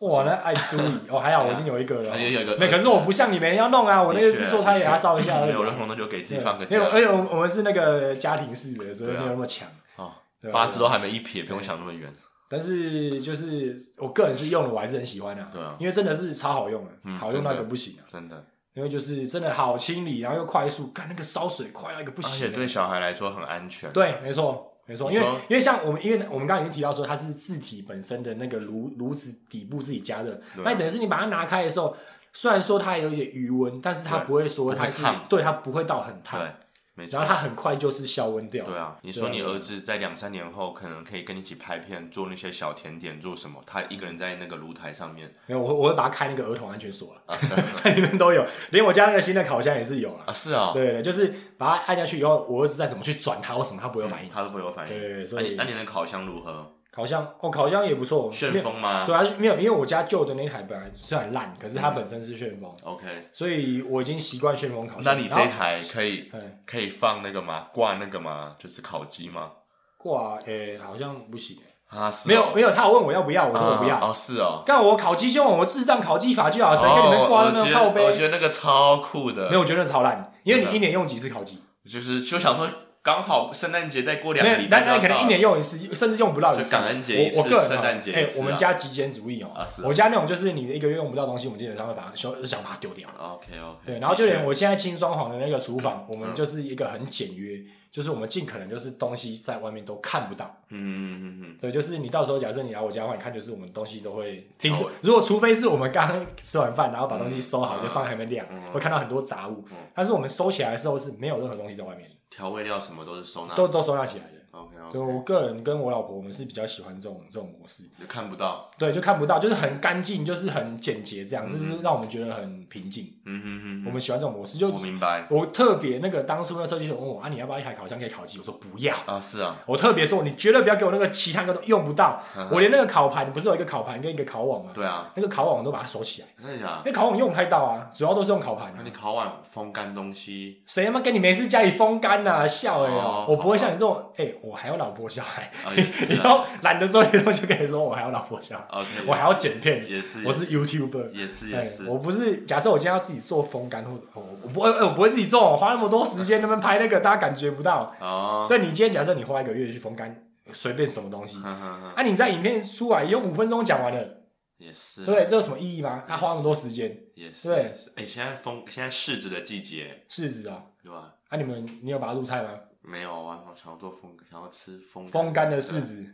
哇，那爱注
*laughs*
意哦，还好我已经有一个了
啊，也有一个
没，可是我不像你们要弄啊，我那个
的
是
确
做菜
的
给
确
他烧一下而
没
已
有。任何东西就给自己放个
因为而
假
且我们我们是那个家庭式的，所以
对啊
没有那么强。
啊，
对啊
八字都还没一撇，不用想那么远。
但是就是我个人是用了，我还是很喜欢的、
对啊
因为真的是超好用的，
嗯
好用到一个
真的
不行啊。
真的，
因为就是真的好清理，然后又快速，干那个烧水快到一个不
而且
行、啊
对小孩来说很安全。
对，没错，没错，
你
因为
说
因为像我们，因为我们刚刚已经提到说它是字体本身的那个炉炉子底部自己加热，
对啊
那等于是你把它拿开的时候，虽然说它有一点余温，但是它
对
不会说
不会
它是
烫
对它不会到很烫，
对，没
然
错
后。它很快就是消温掉。
对啊，你
对
说
啊
你
对啊
儿子在两三年后可能可以跟你一起拍片，做那些小甜点，做什么？他一个人在那个炉台上面
没有，我会我会把它开那个儿童安全锁了，
啊，是啊
*laughs*
*laughs*
里面都有，连我家那个新的烤箱也是有啊。
啊是啊，
对对，就是把它按下去以后，我儿子再怎么去转它或什么，它不会有反应。
他都会有反
对
应。
对对，
那
所
嗯啊你
以
那你的烤箱如何？
烤箱哦，烤箱也不错，
旋风吗
对啊，没有，因为我家旧的那台本来虽然烂，可是
嗯
它本身是旋风，
？OK，
所以我已经习惯旋风烤箱。
那你这
然
一
后
台可以
嗯
可以放那个吗？挂那个吗？就是烤鸡吗？
挂诶、好像不行、
啊是哦
没有没有，他有问我要不要，我说我不
啊
要。
哦是哦。
干、我烤鸡胸，我智障烤鸡法就好，谁啊跟你们挂
哦
那种
我觉
靠
得我
背？
觉得那个超酷
没有，
的，
我觉得超烂，因为
真
你
的
一年用几次烤鸡？
就是就想说刚好圣诞节再过两
没
个
有
礼，拜
那
就要到
那你
了，
可能一年用一次，甚至用不到一次。
就感恩节一次
我我个人哦
圣诞节
哎
一次啊
我们家极简主义哦、
啊是啊
我家那种就是你一个月用不到的东西，我们基本上会把它想想把它丢掉。
OK OK，
对，然后就连我现在清装潢的那个厨房，我
嗯
们就是一个很简约，就是我们尽可能就是东西在外面都看不到。
嗯嗯嗯嗯
对，就是你到时候假设你来我家的话，你看就是我们东西都会听
哦。
如果除非是我们刚刚吃完饭，然后把东西收好
嗯
就放在那边晾，
嗯
会看到很多杂物
嗯。
但是我们收起来的时候是没有任何东西在外面的，
调味料什么都是收纳
都都收纳起来的。
OK
就
嗯 OK，
我个人跟我老婆，我们是比较喜欢这种这种模式。
就看不到，
对，就看不到，就是很干净，就是很简洁，这样就是让我们觉得很平静。
嗯嗯嗯嗯，
我们喜欢这种模式，就
我明白
我特别那个当初那设计师问我啊，你要不要一台烤箱可以烤鸡？我说不要。
啊，是啊， *laughs*
我特别说，你绝对不要给我那个其他个都用不到
嗯。
我连那个烤盘，不是有一个烤盘跟一个烤网吗？
对啊，
那个烤网我都把它收起来，
真的假
那烤网用不太到啊，主要都是用烤盘
那
啊、
你烤碗风干东西
谁他妈跟你没事家里风干呐、笑哎、
哦
哦！我不会像你这种，哎、我还有老婆小孩，
啊，也是
以
啊
*laughs*
哦
后懒得做这些东西，跟你说我还有老婆小孩，
，OK，
我还要剪片，
也是，
我是 YouTuber。
也是
哎
也是，
我不是假设我今天要自己做风干，或者我我不会、哎我不会自己做，我花那么多时间那边拍那个，大家感觉不到。
哦，
但你今天假设你花一个月去风干随便什么东西，
哼哼哼
啊，你在影片出来用五分钟讲完了，
*laughs* 也
对
是，
不对，这有什么意义吗？他、
也是
花那么多时间，
也是，
对
也是，哎，现在风现在柿子的季节，
柿子啊，
对吧？
啊，你们你有把它入菜吗？
没有啊，我想要做风，想要吃风
风干的柿
对
子，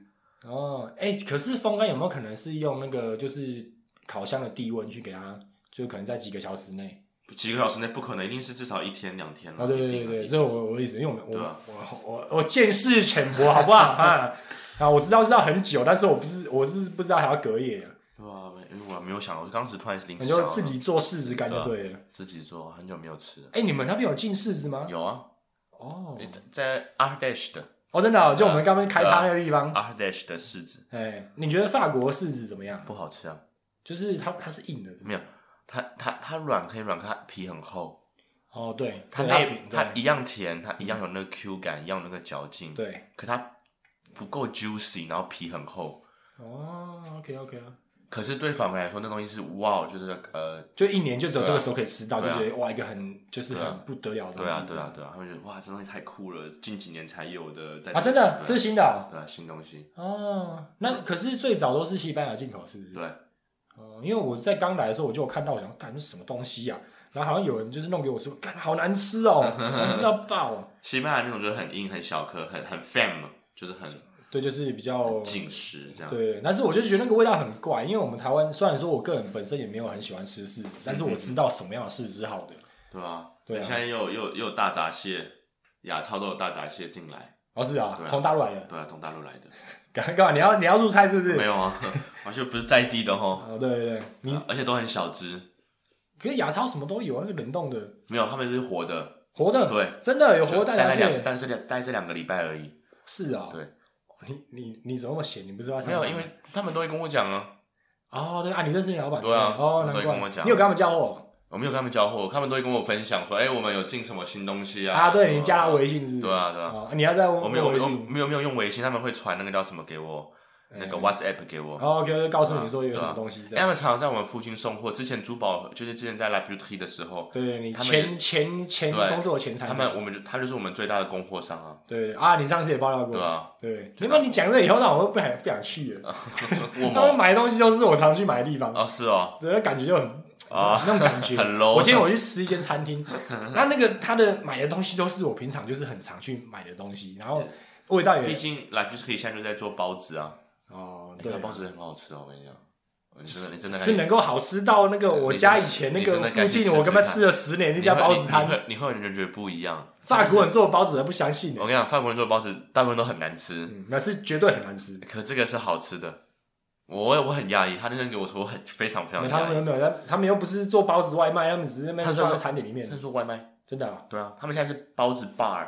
哦，哎、可是风干有没有可能是用那个就是烤箱的低温去给它，就可能在几个小时内？
几个小时内不可能，一定是至少一天两天
啊，
了，
对对
一定
对
啊
对，
一
这
定
是我我的意思，因为我们我、
对啊
我我我见识浅薄，好不 *laughs* 好啊？啊，我知道知道很久，但是我不是我是不知道还要隔夜，
对啊，没因为我没有想，我刚时突然临
你
时想
就
到
自己做柿子干就对了。
自己做，很久没有吃了。
哎、你们那边有进柿子吗？
有啊，
哦，
在在 a r d a s h 的
哦，真的哦、就我们刚刚
对啊
开趴那个地方。
a r d a s h 的柿子
哎、你觉得法国柿子怎么样？
不好吃啊，
就是它它是硬的。
没有，它它它软可以软，可它皮很厚，
哦，对，
它
对
内
它
它
对
一样甜，它一样有那个 Q 感，一样有那个嚼劲，，
对。
可它不够 juicy，然后皮很厚。
哦，OK OK 啊，
可是对法国人来说，那东西是哇，就是呃，
就一年就只有这个时候可以吃到，
对
就
啊
觉得哇，一个很就是
对啊
很不得了的东
对
西。
啊，对啊，对啊，他们觉得哇，这东西太酷了，近几年才有的，在
啊，真的，这是
对啊
新的哦。
对啊，新东西，
哦那可是最早都是西班牙进口，是不是？
对，
哦，因为我在刚来的时候我就有看到，我想干这是什么东西啊？然后好像有人就是弄给我说，干好难吃哦，难吃到爆哦。
西班牙那种就是很硬、很小颗、很很 fam，就是很
对，就是比较
紧实这样。
对，但是我就觉得那个味道很怪，因为我们台湾虽然说我个人本身也没有很喜欢吃柿子，但是
嗯
我知道什么样的柿子是好的。
对啊，
对啊
现在又又又有大闸蟹，亚超都有大闸蟹进来，
哦，是啊
对，啊
从大陆来的，
对啊，从大陆来的，
干干嘛？你要你要入菜是不是
没？有啊， *laughs* 完全不是在地的吼，
哦，对对对， *laughs* 你
而且都很小只，
可是亚超什么都有，那个冷冻的、
没有，他们是活的，
活的，
对，
真的有
就
活的
待
大闸
了两，
蟹，
但是两待这两个礼拜而已，
是啊，
对，
你你你怎么那么闲？你不知道？
没有，因为他们都会跟我讲啊，
哦，对啊，你认识你老板
对啊
哦，难
都会
怪
跟我讲
你有跟他们交货？哦
我没有跟他们交货，他们都会跟我分享说，哎、我们有进什么新东西啊？
啊，对
什么
你加他微信是不是？
对啊对啊
哦，你要再问
我没有，我
微
没有
信。哎
没有没有用微信，他们会传那个叫什么给我，那个 WhatsApp 给我。
然后哦 OK，就告诉你说有
对
什
啊
么东西这
哎他
样。
们常常在我们附近送货。之前珠宝就是之前在 La Beauty 的时候，
对你
他们也
前前前
对
工作前产
他
品，
们我们就他就是我们最大的供货商啊，
对啊，你上次也爆料过，*laughs*
对啊，
对，你把你讲这以后，那我都不想不想去
*laughs*
了。
我
他们
们
买东西都是我常去买的地方，
哦是
*laughs*
哦，
对，那感觉就很
啊
那种感觉
*laughs* 很 low
我今天我去吃一间餐
*laughs*
厅，那那个他的买的东西都是我平常就是很常去买的东西，然后味道
毕
也
竟 La Beauty 现在就在做包子啊，
哦，
那
对
个，包子很好吃哦，我跟你讲，你真的你真的
是能够好吃到那个我家以前那
你真
个
的
附
该去
近，
吃
我
吃
跟他
看
吃了十年那
你
家
会
包子
你
摊，
会你会人觉得不一样。
法国人做的包子还不相信呢
我，跟你讲，法国人做的包子大部分都很难吃，
嗯那是绝对很难吃。
可这个是好吃的。我我很压抑，他那天给我说我很非常非常
他
压抑。
们没有，他他们又不是做包子外卖，他们只是那
他
边
说
放在餐点里面
他，说外卖，
真的啊。
对啊，他们现在是包子 bar，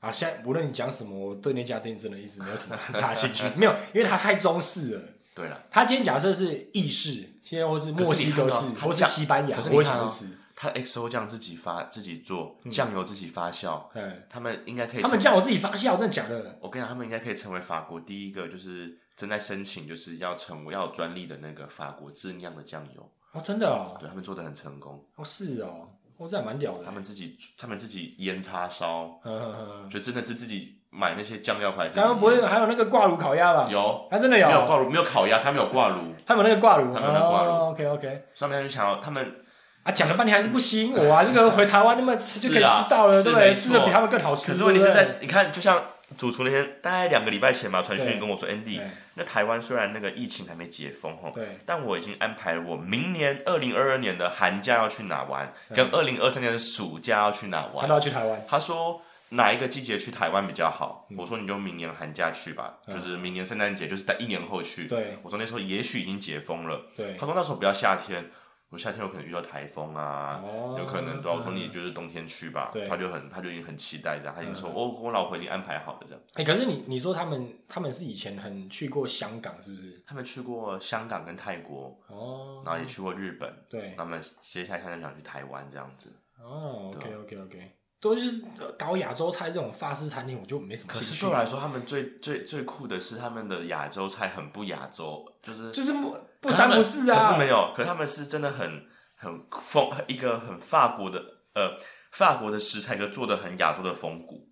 啊，现在无论你讲什么，我对那家店真的一直没有什么很大的兴趣，没有，因为它太中式了。
对了。
它今天假设是意式，现在或是墨西哥
可
式
是你看到，它
或是西班牙，
可是
我
你
会
看
想
哦
去吃。
他 XO 酱自己发自己做，酱油自己发酵，
嗯，
他们应该可以。
他们，叫我自己发酵，真的假的？
我跟你讲，他们应该可以成为法国第一个就是正在申请就是要成为要有专利的那个法国自酿的酱油，
哦，真的哦，
对他们做的很成功，
哦是哦，哦这还蛮屌的。
他们自己他们自己腌叉烧，
嗯，嗯嗯嗯
就真的是自己买那些酱料回来自己
他
腌。
们不会还有那个挂炉烤鸭吧？，啊
有
他真的
没
有，
有挂炉没有烤鸭，他们有挂炉，
他们有那个挂炉，哦
他们有那个挂炉
OK OK，
所以他们就想要他们
啊，讲了半天还是不吸引我啊！这个回台湾那么吃就可以
是啊
吃到了，
是
对不对？
没
吃的比
错
他们更好吃。
可是问题是
对不对
在你看，就像主厨那天大概两个礼拜前吧，传讯跟我说，Andy，
对
那台湾虽然那个疫情还没解封吼，
对
但我已经安排了我明年二零二二年的寒假要去哪玩，跟二零二三年的暑假要去哪
他
玩
都。要去台湾，
他说哪一个季节去台湾比较好？我说你就明年寒假去吧，
嗯
就是明年圣诞节，就是在一年后去。
对
我说那时候也许已经解封了。
对
他。说那时候不要夏天，我夏天有可能遇到台风啊，
哦
有可能对、啊。我说你就是冬天去吧
对，
他就很他就已经很期待这样，他已经说、
嗯
哦，我老婆已经安排好了这样。
哎、可是你你说他们他们是以前很去过香港，是不是？
他们去过香港跟泰国，
哦，
然后也去过日本，
对，
那么接下来现在想去台湾这样子。
哦，OK
对啊
OK OK，都就是呃搞亚洲菜这种法式餐厅，我就没什么
可
兴
是
趣。
对我啊来说，他们最最最酷的是他们的亚洲菜很不亚洲，就是
就是不不
可是他
三
们
不四
可是
啊，
没有，可是他们是真的很很风一个很法国的呃法国的食材，可做的很亚洲的风骨。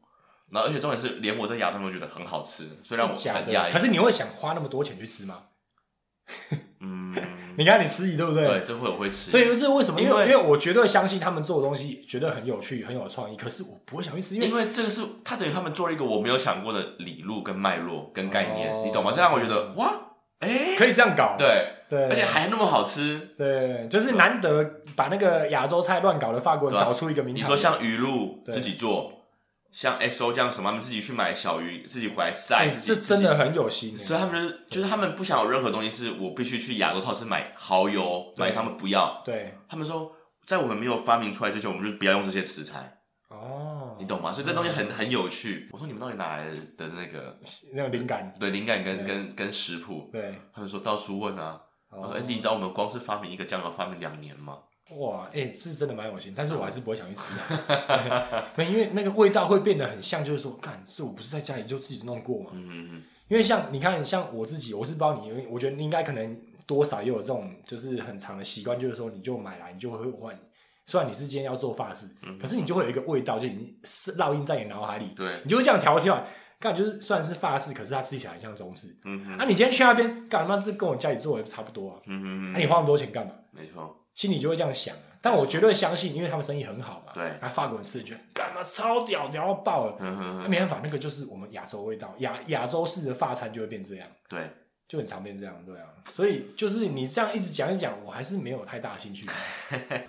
然后而且重点是，连我在亚洲都觉得很好吃，虽然我
假
很压
的。
抑
可。是你会想花那么多钱去吃吗？
嗯，
你看你失忆对不对？
对，这回我会吃。
对，这是为什么？因
因为
因为我绝对相信他们做的东西绝对很有趣、很有创意，可是我不会想去吃，因为
因为这个是他等于他们做了一个我没有想过的理路跟脉络跟概念，
哦
你懂吗？这让我觉得哇，哎、
可以这样搞。
对，
对，
而且还那么好吃。
对，就是难得把那个亚洲菜乱搞的法国人
对啊
搞出一个名堂。
你说像鱼露
对
自己做，像 XO 酱什么，他们自己去买小鱼，自己回来晒，
哎，
自己
这真。
自
的
己
很有心耶。
所以他们就是就是他们不想有任何东西是我必须去亚洲超市买蚝油，
对
买他们不要。
对
他们说，在我们没有发明出来之前，我们就不要用这些食材，
哦
你，懂吗？所以这东西很很有趣。我说你们到底哪来的那个
那种灵感，
对灵感跟跟跟食谱？
对，
他们说到处问啊。我说
哦
哎，你知道我们光是发明一个酱油发明两年吗？
哇，哎、是真的蛮有心，但是我还是不会想去吃、啊， *laughs* 没因为那个味道会变得很像，就是说，干，这我不是在家里就自己弄过嘛？
嗯，嗯
因为像你看，像我自己，我是不知道你，因为我觉得你应该可能多少也有这种，就是很长的习惯，就是说，你就买来，你就会换。虽然你是今天要做法事，可是你就会有一个味道，就已经是烙印在你脑海里
嗯，对，
你就会这样调调。干就是虽然是法式，可是它吃起来很像中式。
嗯嗯
啊，你今天去那边干嘛？是跟我家里做的差不多啊。
嗯
那、
嗯嗯，
你花那么多钱干嘛？
没错。
心里就会这样想啊。但我绝对相信，因为他们生意很好嘛。
对
啊，法国人吃的觉得干嘛超屌，屌到爆了。
嗯哼
那、
哼，
没办法，那个就是我们亚洲味道，亚亚洲式的法餐就会变这样，
对，
就很常变这样，对啊。所以就是你这样一直讲一讲，我还是没有太大
*laughs*
兴趣。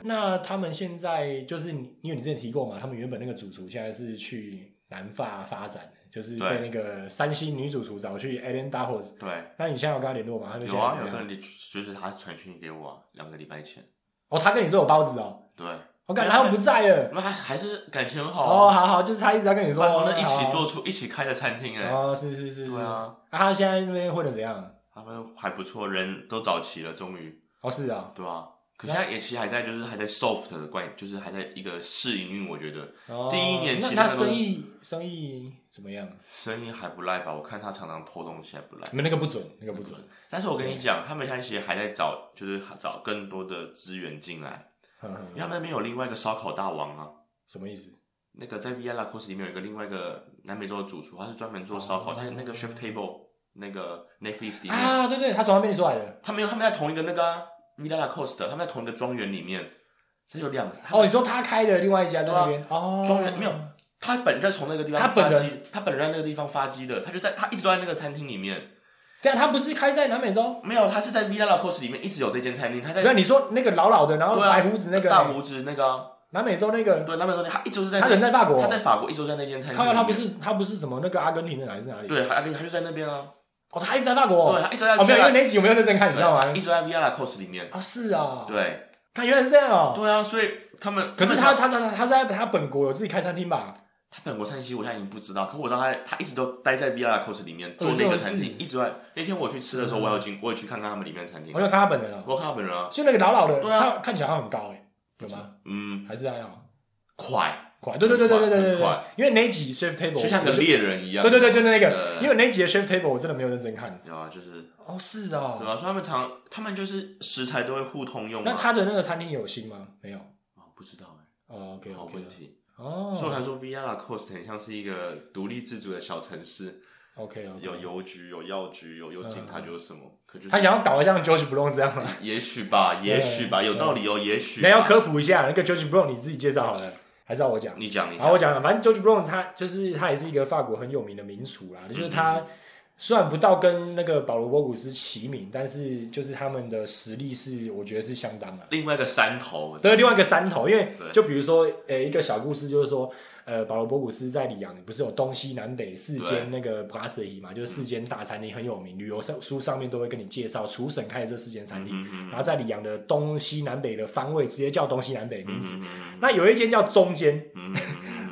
那他们现在就是你，因为你之前提过嘛，他们原本那个主厨现在是去南法发展的，就是
对
被那个山西女主厨找去 Ellen d a h o s
对，
那你现在有跟他联络吗？他们现
有
在
啊，
怎么
有
样
个人就就是他传讯给我、啊，两个礼拜前，
哦，他跟你说有包子哦，
对，
我感觉他们不在了。
那还还是感情很好
哦，
啊，
好好，就是他一直在跟你说，
我们一起
好
做出一起开的餐厅哎、
哦，是是是，是
对啊，
他现在那边混的怎样？
他们还不错，人都找齐了，终于，
哦，是啊，
对啊，可现在也其实还在，就是还在 soft 的怪，就是还在一个试营运，我觉得
哦
第一年
那
其实
那
那个
生意生意怎么样？
生意还不赖吧。我看他常常破东西还不赖，
你们那个不准，那个不准。
但是我跟你讲，他们现在其实还在找，就是找更多的资源进来， *laughs*
呵呵
因为他们那边有另外一个烧烤大王啊。
什么意思？
那个在 v i a l a Costa 里面有一个另外一个南美洲的主厨，他是专门做烧烤，他是那个 Chef Table 那个 Netflix 里面，
哦啊，对对，他从那边出来的。
他们有他们在同一个那个、啊、v i a l a Costa，他们在同一个庄园里面，这有两他
哦，
们
你说他开的另外一家在那边哦，
庄园没有，他本人就从那个地
他
方
本
发
人
鸡，他本人在那个地方发鸡的，他就在他一直都在那个餐厅里面，
对啊，他不是开在南美洲？
没有，他是在 v i a l a Costa 里面一直有这间餐厅，他在
那
对
你说那个老老的，然后
啊
白胡子那
大
个，
胡子那个啊、
南美洲那个，
对，南美洲那他一直都是在那
他人在法国
他，在法国一直都在那间餐厅
他
里面，
他不是他不是什么那个阿根廷的还是哪里？
对，他他就在那边啊，
哦，他一直在法国。
对，他一直在
哦，没有，因
Villa-
为那集我没有认真看，你知道
对
吗
一？直在 v i a l a Coast 里面。
啊，是啊，
对，
他原来是这样哦。
对啊，所以他们
可是
他
他
们
他他他是在他本国有自己开餐厅吧？
他本国餐厅我现在已经不知道，可我知道他他一直都待在 v i a l a Coast 里面做那个餐
哦
厅，一直在。那天我去吃的时候，我有进，我也去看看他们里面的餐厅
我，有看他本人了，
我看他本人啊，
就那个老老的，
对啊
他看起来好像很高哎，有吗？
嗯，
还是哦还好？
快，
快，对对对对对对对
很
对
快，
因为那一集 Shift Table
就像个
我
猎人一样。
哦对对对，就那个，
对
因为那一集的 Shift Table 我真的没有认真看。
对啊，就是
哦，是
对
哦。
啊，所以他们常他们就是食材都会互通用
那
嘛。
他的那个餐厅有新吗？没有。
哦不知道哎，
哦，OK
好
OK。
问题。
哦
所以我才说 v i a l a Coast 很像是一个独立自主的小城市，
，OK OK。
有邮局，有药局，有有警察，有什么？可就是
他想要搞得像 George Brown 这样
*laughs*
吗？
也许吧，也许吧，
对
有道理哦，也许吧。
那要科普一下，那个 George Brown 你自己介绍好了，还是要我讲？
你讲，你
好，
讲。
我讲了，反正 George Brown 他就是他也是一个法国很有名的名厨啦，就是
嗯
他虽然不到跟那个保罗波古斯齐名，但是就是他们的实力是我觉得是相当的。
另外一个山头，
这是另外一个山头，因为
对
就比如说，呃，一个小故事就是说，呃，保罗博古斯在里昂不是有东西南北四间那个 b r a s s e r i 嘛，就是四间大餐厅很有名，旅游上书上面都会跟你介绍厨神开的这四间餐
嗯
厅，然后在里昂的东西南北的方位直接叫东西南北名
嗯
字，那有一间叫中间，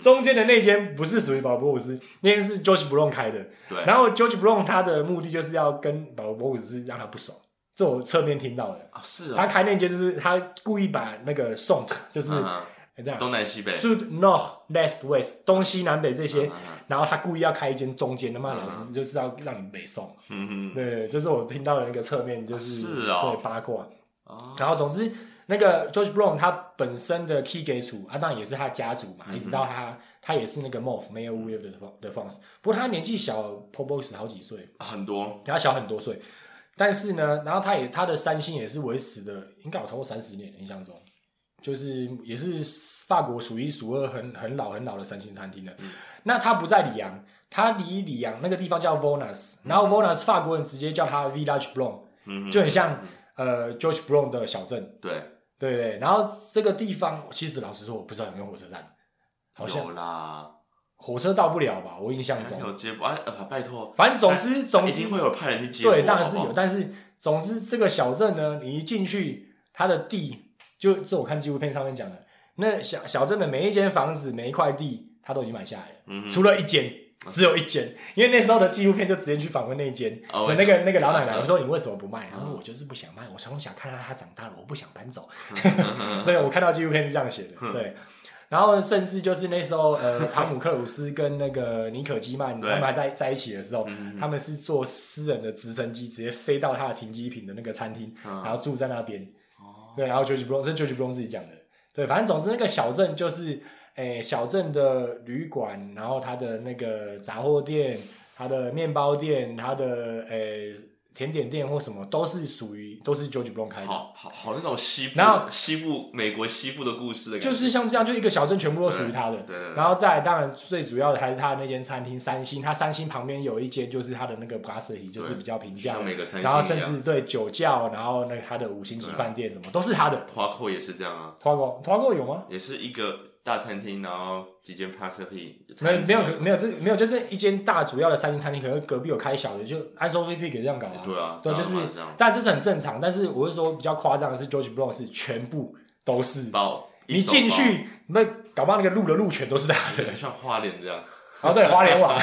中间的那间不是属于保罗博古斯，那间是 George Brown 开的，
对
然后 George Brown 他的目的就是要跟保罗博古斯让他不爽，这我侧面听到的。
啊，是
他
啊，
开那间就是他故意把那个 s o n *laughs* 就是
嗯哼
这样
东南西北，
，sud north west west 东西南北这些
嗯哼，
然后他故意要开一间中间，他妈
嗯
老师就知道让你北送。
嗯哼，
对，就是我听到的那个侧面就是
是哦
对八卦。
哦，
然后总之，那个 George Brown 他本身的 key 给主啊，当然也是他家族
嗯
嘛，一直到他他也是那个 Morph m a y o r w e a v 的 Fon- 的 Fons，不过他年纪小 p o b o s 好几岁，
很多，
他小很多岁。但是呢，然后他也他的三星也是维持的，应该有超过三十年，印象中，就是也是法国数一数二很很老很老的三星餐厅了。
嗯
那他不在里昂，他离里昂那个地方叫 Vonas，然后 Vonas 法国人直接叫它 Village b l o n
嗯哼，
就很像呃 George Brown 的小镇，
对，
对不对？然后这个地方其实老实说，我不知道有没有火车站，好像
有啦，
火车到不了吧，我印象中。
有接驳，哎，呃拜托，
反正总之总
一
之
定会有派人去接驳，
对，当然是
好不
有，
好，
但是总之这个小镇呢，你一进去，它的地就这我看纪录片上面讲的，那小小镇的每一间房子、每一块地，他都已经买下来了，
嗯哼
除了一间。只有一间，因为那时候的纪录片就直接去访问那一间，那
哦为什
个
么
那个老奶奶，
是嗯
我说你为什么不卖？她说我就是不想卖，我从小看到她长大了，我不想搬
*laughs*
走。 *laughs* 对，我看到纪录片是这样写
嗯
的，对。然后甚至就是那时候，呃，汤姆克鲁斯跟那个尼可基曼他
对嗯
们还在在一起的时候，他们是坐私人的直升机直接飞到他的停机坪的那个餐厅，
啊
然后住在那边。对，然后 George Brown 这 George Brown 自己讲的，对，反正总之那个小镇就是，诶，小镇的旅馆，然后它的那个杂货店、它的面包店、它的诶甜点店或什么，都是属于都是 George Brown 开的。
好好好那种西部，
然后
西部美国西部的故事的感觉，
就是像这样，就一个小镇全部都属于他的。
对对对
然后再来当然最主要的还是他的那间餐厅三星，他三星旁边有一间就是他的那个 b r a s s e r i 就是比较平价
像每个
的，
三星一
然
样
后甚至对酒窖，然后那个他的五星级饭店什么、都是他的。
花扣也是这样啊，
团购团购有吗？
也是一个大餐厅，然后几间 passery，
没有没
啊
有没有这没有就是一间大主要的三星餐厅，可能隔壁有开小的，就按收费 p 给这样搞啊。
对啊
对，
当然
就是
嘛这样
但这是很正常。但是我是说比较夸张的是，George Brown 是全部都是，
包，一
你
手
进
包，
去那搞不好那个路的路全都是他 *laughs* 的。
*laughs* 像花莲这样，
哦，对，花莲网，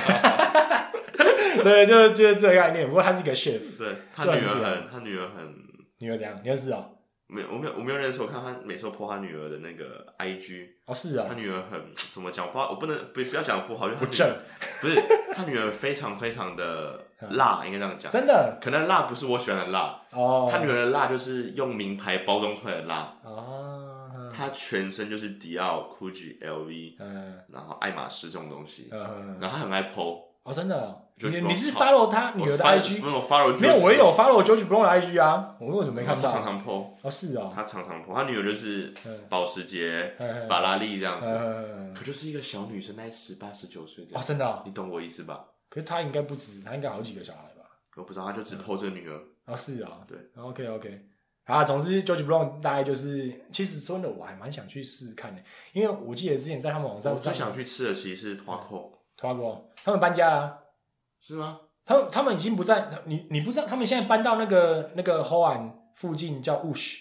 对，就就是这个概念。不过他是一个 chef，
对他
对啊
女儿
对
很，他女儿很。
你有怎样？你认识哦？
没有，我没有，我没有认识。我看他每次都 po 他女儿的那个 IG，
哦，是啊
他，女儿很怎么讲？我不知道，我不能不不要讲不好，就是
不
他女
正嗯
儿，不是他女儿非常非
*laughs*
常的辣，应该这样讲。
真的
可能辣不是我喜欢的辣，
哦，
他女儿的辣就是用名牌包装出来的辣，
啊，
她全身就是迪奥、GUCCI、LV，
嗯
然后爱马仕这种东西，
嗯，
然后她很爱 PO。
哦，真的哦，
就
你
是
你是
Bro-
follow 他女
我
儿的
follow-
IG？
我 follow
*laughs* 没有，
George
我也有 follow George Brown 的 IG 啊，我为什么没
他
看
常 *laughs*
到？
常 PO，
哦，是哦，
他常常 PO，他女儿就是
嗯
保时捷
嗯、
法拉利这样子，
嗯，
可就是一个小女生，大概十八、十九岁这
哦，
样。
真的哦，
你懂我意思吧？
可是他应该不止，他应该好几个小孩吧？
我不知道，他就只 PO 这女儿。
哦，是啊，
对
，OK OK。啊，总之，George Brown 大概就是，其实真的我还蛮想去试试看的，因为我记得之前在他们网站
我最
上
想去吃的其实是花扣，
花过，他们搬家啊，
是吗？
他们他们已经不在，你你不知道，他们现在搬到那个那个 h o a n 附近叫 Ush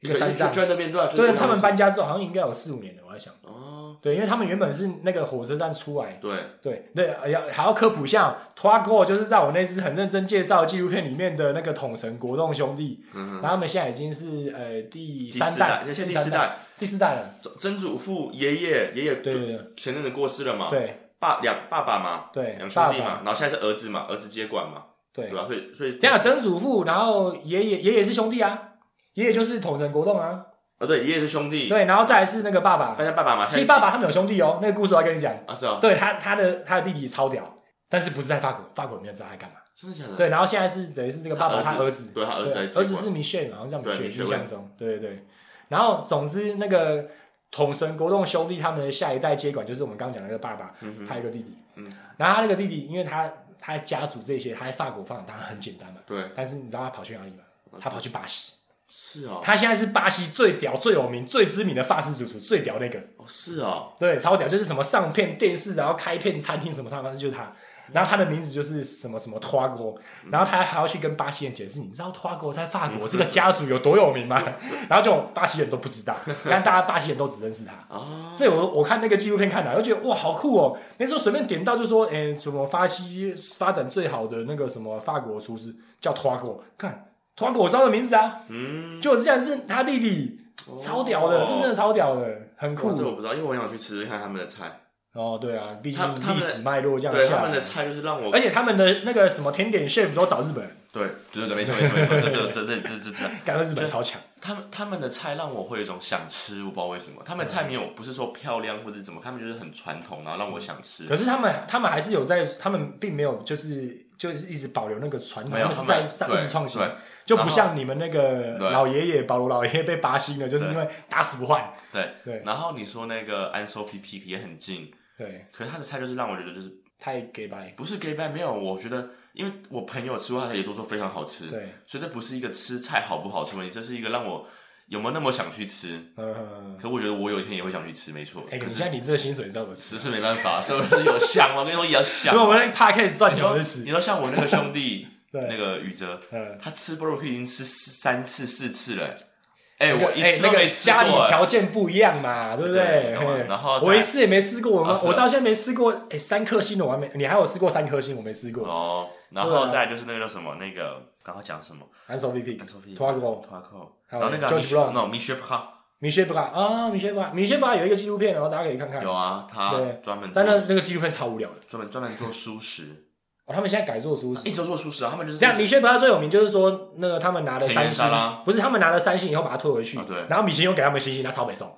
一个山上
就，在那边对吧？啊就是
对
那
他们
边
搬家之后好像应该有四五年了，我在想，
哦，
对，因为他们原本是那个火车站出来，
对，嗯
对对，哎呀还要科普一下 t w a g o 就是在我那次很认真介绍的纪录片里面的那个统神国栋兄弟，
嗯
然后
哼，
他们现在已经是呃第
第
三
四代，
代，
那现在
第
第四
三
代，
第四代了，
曾曾祖父、爷爷、爷爷
对对
就
对
前阵子过世了嘛，，
对
爸两爸爸嘛，
对，
嗯两兄
爸
弟嘛，
爸
然后现在是儿子嘛，儿子接管嘛，
对
对，吧？所以所以
这样曾祖父，然后爷爷爷爷是兄弟啊，爷爷就是统神国栋啊。
哦，对，爷爷是兄弟，
对，然后再来是那个爸爸
大，家爸爸嘛，
所以
现在
爸爸他们有兄弟哦。那个故事我要跟你讲，
啊是啊，
对他他的他的弟弟超屌，但是不是在法国，法国没有知道他在干嘛。
真的假的？
对，然后现在是等于是这个爸爸
他
他
儿
儿子，
对他儿子来
对
接管
儿子是 Michelle，好像叫
对
Michelle，
Michel
印象中，对对对。然后总之那个统神国栋兄弟他们的下一代接管就是我们刚刚讲的那个爸爸，
嗯
他
哼，
有一个弟弟，
嗯
然后他那个弟弟因为他他家族这些他在法国放养当然很简单嘛，
对，
但是你知道他跑去哪里吗？他跑去巴西，
是哦，
他现在是巴西最屌、最有名、最知名的法式主厨，最屌那个。
哦是哦，
对，超屌，就是什么上片电视，然后开片餐厅什么上，反正就是他。然后他的名字就是什么什么拖锅，然后他还要去跟巴西人解释，你知道拖锅在法国这个家族有多有名吗？ *laughs* 然后这种巴西人都不知道，但大家巴西人都只认识他。
啊，
这我我看那个纪录片看的，我就觉得哇，好酷哦！那时候随便点到就说，哎，什么巴西发展最好的那个什么法国厨师叫拖锅，看拖锅我知道的名字啊，
嗯，
就竟然是他弟弟，超屌的，
哦
这真的超屌的，很酷
哇。这我不知道，因为我很想去吃吃看他们的菜，
哦，对啊，毕
他
竟
他们
历史脉络这样
对
下哎
他们的
来，
菜就是让我
而且他们的那个什么甜点 chef 都找日本人，
对
对对对，没错没错没错，这这这这这这这，
感觉日本人超强。
他们他们的菜让我会有一种想吃，我不知道为什么，
嗯
他们菜没有不是说漂亮或者怎么，他们就是很传统，然后让我想吃
嗯可。是他们，他们还是有在，他们并没有就是就是一直保留那个传统，
没有
是
他
在
们
上
对
一直创新
对，
就不像你们那个
对
老爷爷保罗老爷爷被拔星了，就是因为打死不换。
对
对
然后你说那个 An Sophie Peak 也很近，
对，
可是他的菜就是让我觉得就是
太给白。
不是 gay bye 没有，我觉得因为我朋友吃过，他也都说非常好吃，
对，
所以这不是一个吃菜好不好吃的问题，这是一个让我有没有那么想去吃。
嗯，
可我觉得我有一天也会想去吃，没错。
哎，
可
你
是
现在你这个薪水知道怎么 *laughs*
只
吃？
是没办法，是不是有想？我跟你说也要想
*laughs* 如。果我们那 p a c k a g e 赚
你
钱，我
说
就吃
你。说像我那个兄弟
*laughs* 对
那个宇哲，
嗯，
他吃 broccoli 已经吃四三次四次了。哎、
那
我
个
一
哎
次
那
都
个
没吃
家里
过。哎
条件不一样嘛，对不对？
对懂了
嘿
然后再
我一次也没试过，我
啊是啊
我到现在没试过。哎，三颗星的我还没，你还有试过三颗星，我没试过。
哦，然
对
后
啊
再来就是那个叫什么那个刚刚讲什么
安手 VP，
An Sophie
托阿哥，
托阿扣，
还有
然后那个
George Brown
那 Michel Park
米歇布卡啊，米歇布卡，米歇布卡有一个纪录片，然后大家可以看看
有。啊，他
对
专门
但
做
那那个纪录片超无聊的。
专门专门做素
*laughs*
食，
哦，他们现在改做熟
一
食。
直都做素食啊，他们就是
这样，米歇布卡最有名就是说，那个他们拿了
田
三
园
星
沙拉，
不是他们拿了三星以后把它退回去
啊对，
然后米其林又给他们星星，他超
*laughs*
北送。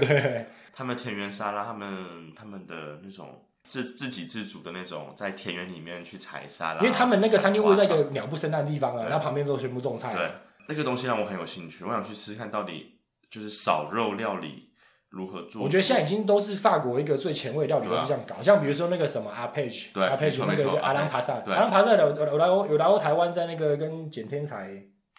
对，
他们田园沙拉，他们他们的那种自自给自足的那种，在田园里面去采沙拉，
因为他们那个餐厅位在一
然后
个鸟不生蛋的地方啊，
对
然后旁边都全部种菜
去采花
啊。
对那个东西让我很有兴趣，我想去吃吃看到底就是少肉料理如何做出。
我觉得现在已经都是法国一个最前卫的料理都
对啊
是这样搞，像比如说那个什么阿佩奇，
对
阿佩奇那
没
个
错没
就
错
阿兰帕萨，
对
阿兰帕萨有有有来过有来过台湾，在那个跟简天才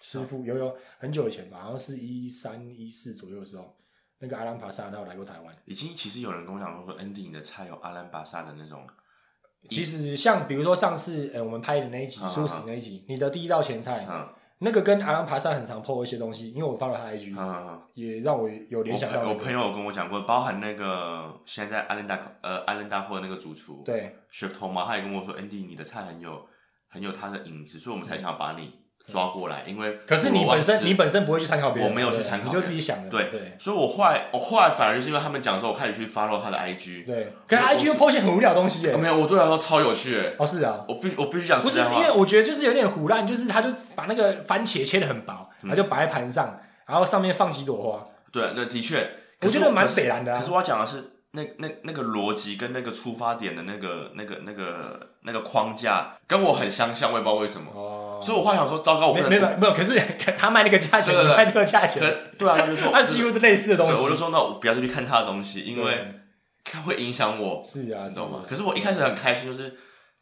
师傅
啊
有有很久以前吧，好像是一三一四左右的时候，那个阿兰帕萨他有来过台湾。
已经其实有人跟我讲说，Andy 你的菜有阿兰巴萨的那种，
其实像比如说上次呃我们拍的那一集
嗯
素食那一集，你的第一道前菜，
嗯
那个跟阿兰帕萨很常 PO 一些东西，因为我 follow 他的 IG，
嗯嗯。嗯
也让我有联
我
想到
朋
那
我
个
朋友有跟我讲过，包含那个现在在阿兰达呃阿兰达霍的那个主厨，
对
Chef Tom 嘛，他也跟我说，Andy，你的菜很有很有他的影子，所以我们才想要把你
抓过来，因为
可是你
我忘
本身
记
你本身不会去参考别人，
我没有去参考
对你就自己想的，
对
对
所以我后来我后来反而就是因为他们讲之后，我开始去 follow 他的 IG。
对。可是 IG 又 po 一些很无聊的东西
哦
耶，
没有，我对我来说超有趣
欸
耶，
哦是啊，
我必我必须讲
不是
实在
因
话
为，我觉得就是有点胡乱，就是他就把那个番茄切的很薄，然
嗯
后就摆在盘上，然后上面放几朵花，
对，那的确，
我
可是
觉得蛮
可是
北蓝的啊
可是我要讲的是，那那那个逻辑跟那个出发点的那个那个那个那个框架，跟我很相像，我也不知道为什么。
哦，
所以我后来想说，糟糕，我
没
不能
没有没有，可是 *laughs* 他卖那个价钱，
对对对
你卖这个价
可
钱，
对啊，
*laughs*
他就说，
他几乎是类似的
对
东西，
我就说，那我不要再去看他的东西，因为
对
看会影响我，
是啊，
你
是
懂吗
啊？
可是我一开始很开心，就是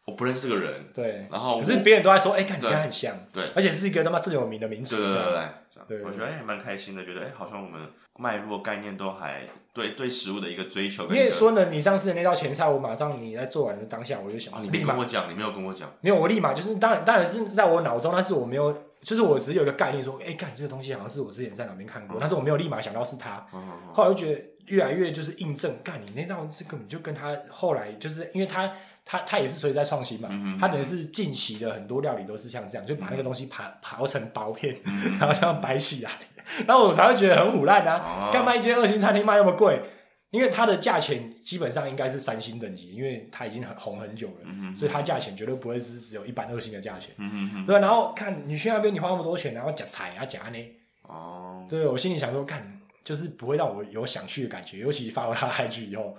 我不认识这个人，
对，
然后
可
我
是别人都在说，哎，看你
对
跟他很像，
对
而且是一个他妈最有名的名
对
厨，
对对
这样
对，这
对
样我觉得哎蛮开心的，觉得哎好像我们脉络概念都还对对食物的一个追求跟
因
一个，
为说呢，你上次的那道前菜，我马上你在做完的当下，我就
啊
想，
你
立
没
马
跟我讲，你没有跟我讲。
没有，我立马就是当然当然是在我脑中，但是我没有，就是我只是有一个概念说，哎，干这个东西好像是我之前在哪边看过，但是我没有立马想到是他，
嗯嗯嗯
后来就觉得越来越就是印证，干你那道这根本就跟他后来就是因为他他他也是所以在创新嘛，
嗯嗯嗯嗯
他等于是近期的很多料理都是像这样，就把那个东西刨刨成薄片， *laughs* 然后这样摆起来，然后我才会觉得很腐烂啊，
哦
干嘛一间二星餐厅卖那么贵？因为它的价钱基本上应该是三星等级，因为它已经很红很久了，
嗯嗯嗯
所以它价钱绝对不会是只有一般二星的价钱。
嗯嗯嗯，
对，然后看你去那边，你花那么多钱，然后假菜啊假呢，
哦，
对，我心里想说，干就是不会让我有想去的感觉，尤其发了他的 IG 以后，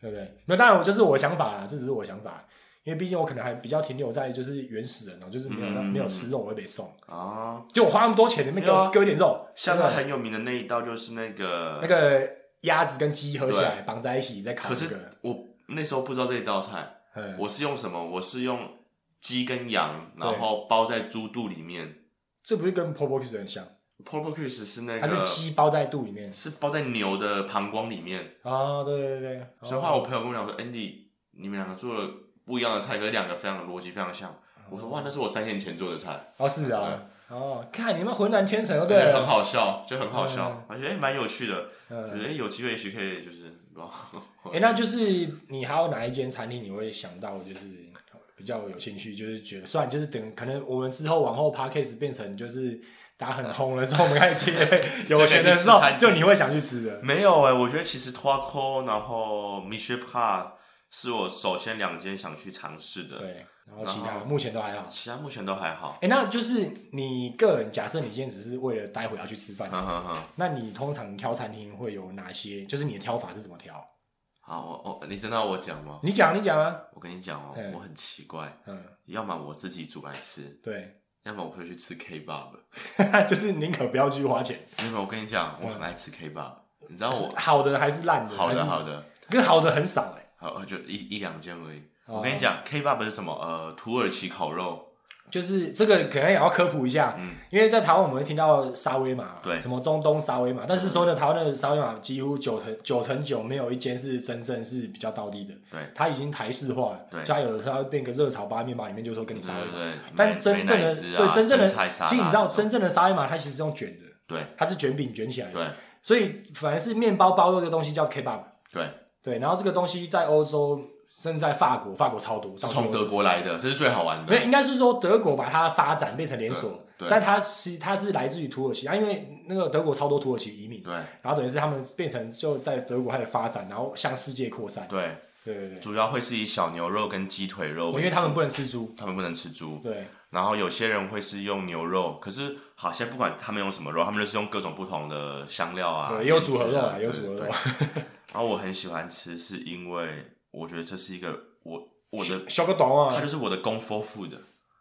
对不对？那当然，我这是我想法啦，这只是我想法，因为毕竟我可能还比较停留在就是原始人哦、就是没有、
嗯
没有吃肉我会被送，
哦，
就我花那么多钱，里面给
没有
我
啊
给我一点肉，
像
对
他
不对
很有名的那一道就是那个
那，个鸭子跟鸡合起来绑在一起再烤
可
一
是
个，
我那时候不知道这一道菜，
嗯，
我是用什么？我是用鸡跟羊，然后包在猪肚里面。
这不是跟 p o p o c u s 很像，
p o p o c u s 是那
它是
个
鸡包在肚里面
是包在牛的膀胱里面。
啊、对对对，
所以后来我朋友跟我讲说，Andy，你们两个做了不一样的菜，可是两个非常的逻辑非常像。我说哇，那是我三年前做的菜，
哦是啊，哦，看你们浑然天成就对
对，
了
很，好笑，就很好笑，我觉得哎蛮有趣的，觉
嗯
得哎有机会也许可以就是，
哎、那就是你还有哪一间餐厅你会想到就是比较有兴趣，就是觉得算就是等可能我们之后往后 podcast 变成就是打
*laughs*
很红的时候，我们开始接有钱的时候
就可以去吃餐，厅
就你会想去吃的。
没有哎、我觉得其实 t a c o 然后 m i c h e p a 是我首先两间想去尝试的，
对，然后其
然
他
后
目前都还好。
其他目前都还好。
哎、那就是你个人假设你今天只是为了待会要去吃饭，
哼哼哼，
那你通常挑餐厅会有哪些？就是你的挑法是怎么挑？
好，我我你真的要我讲吗？
你讲，你讲啊。
我跟你讲哦、
嗯
我很奇怪，
嗯，
要么我自己煮来吃，
对， *laughs*
要么我会去吃 K bar。
就是宁可不要去花钱，
没有，我跟你讲，我很爱吃 K bar，你知道
是
我
好的还是烂的？
好
还是
的好的
可是好的很少哎、
好就一一两间而已。
哦
我跟你讲，K bar 是什么？呃，土耳其烤肉，
就是这个可能也要科普一下，
嗯
因为在台湾我们会听到沙威玛，
对嗯
什么中东沙威玛，但是说呢，台湾的沙威玛几乎九成九成九没有一间是真正是比较道地的，
对
它已经台式化了，
对
它有的时候它会变个热炒八面包，里面就说跟你
对
沙威
对
玛，
对，
但
美
真
美
正
乃
的、
滋啊
对真正的，
生菜沙拉
其实你知道
这种
真正的沙威玛它其实是用卷的，
对
它是卷饼卷起来的，
对
所以反而是面包包肉的东西叫 kebab，
对，
对，然后这个东西在欧洲甚至在法国，法国超多，
是
到处
从
都
德国来的，这是最好玩的
没。有，应该是说德国把它发展变成连锁，
对对
但它是它是来自于土耳其，啊，因为那个德国超多土耳其移民，
对
然后等于是他们变成就在德国开始发展，然后向世界扩散。
对，
对对对，
主要会是以小牛肉跟鸡腿肉为主，
因为他们不能吃猪，
他们不能吃猪，
对
然后有些人会是用牛肉，可是好，现在不管他们用什么肉，他们就是用各种不同的香料啊，
对，也有组合肉
腌制啊
啊，也有
对
组合
对
肉，
然后我很喜欢吃，是因为我觉得这是一个我我的，
小个短
它
啊
就，是我的功夫 food，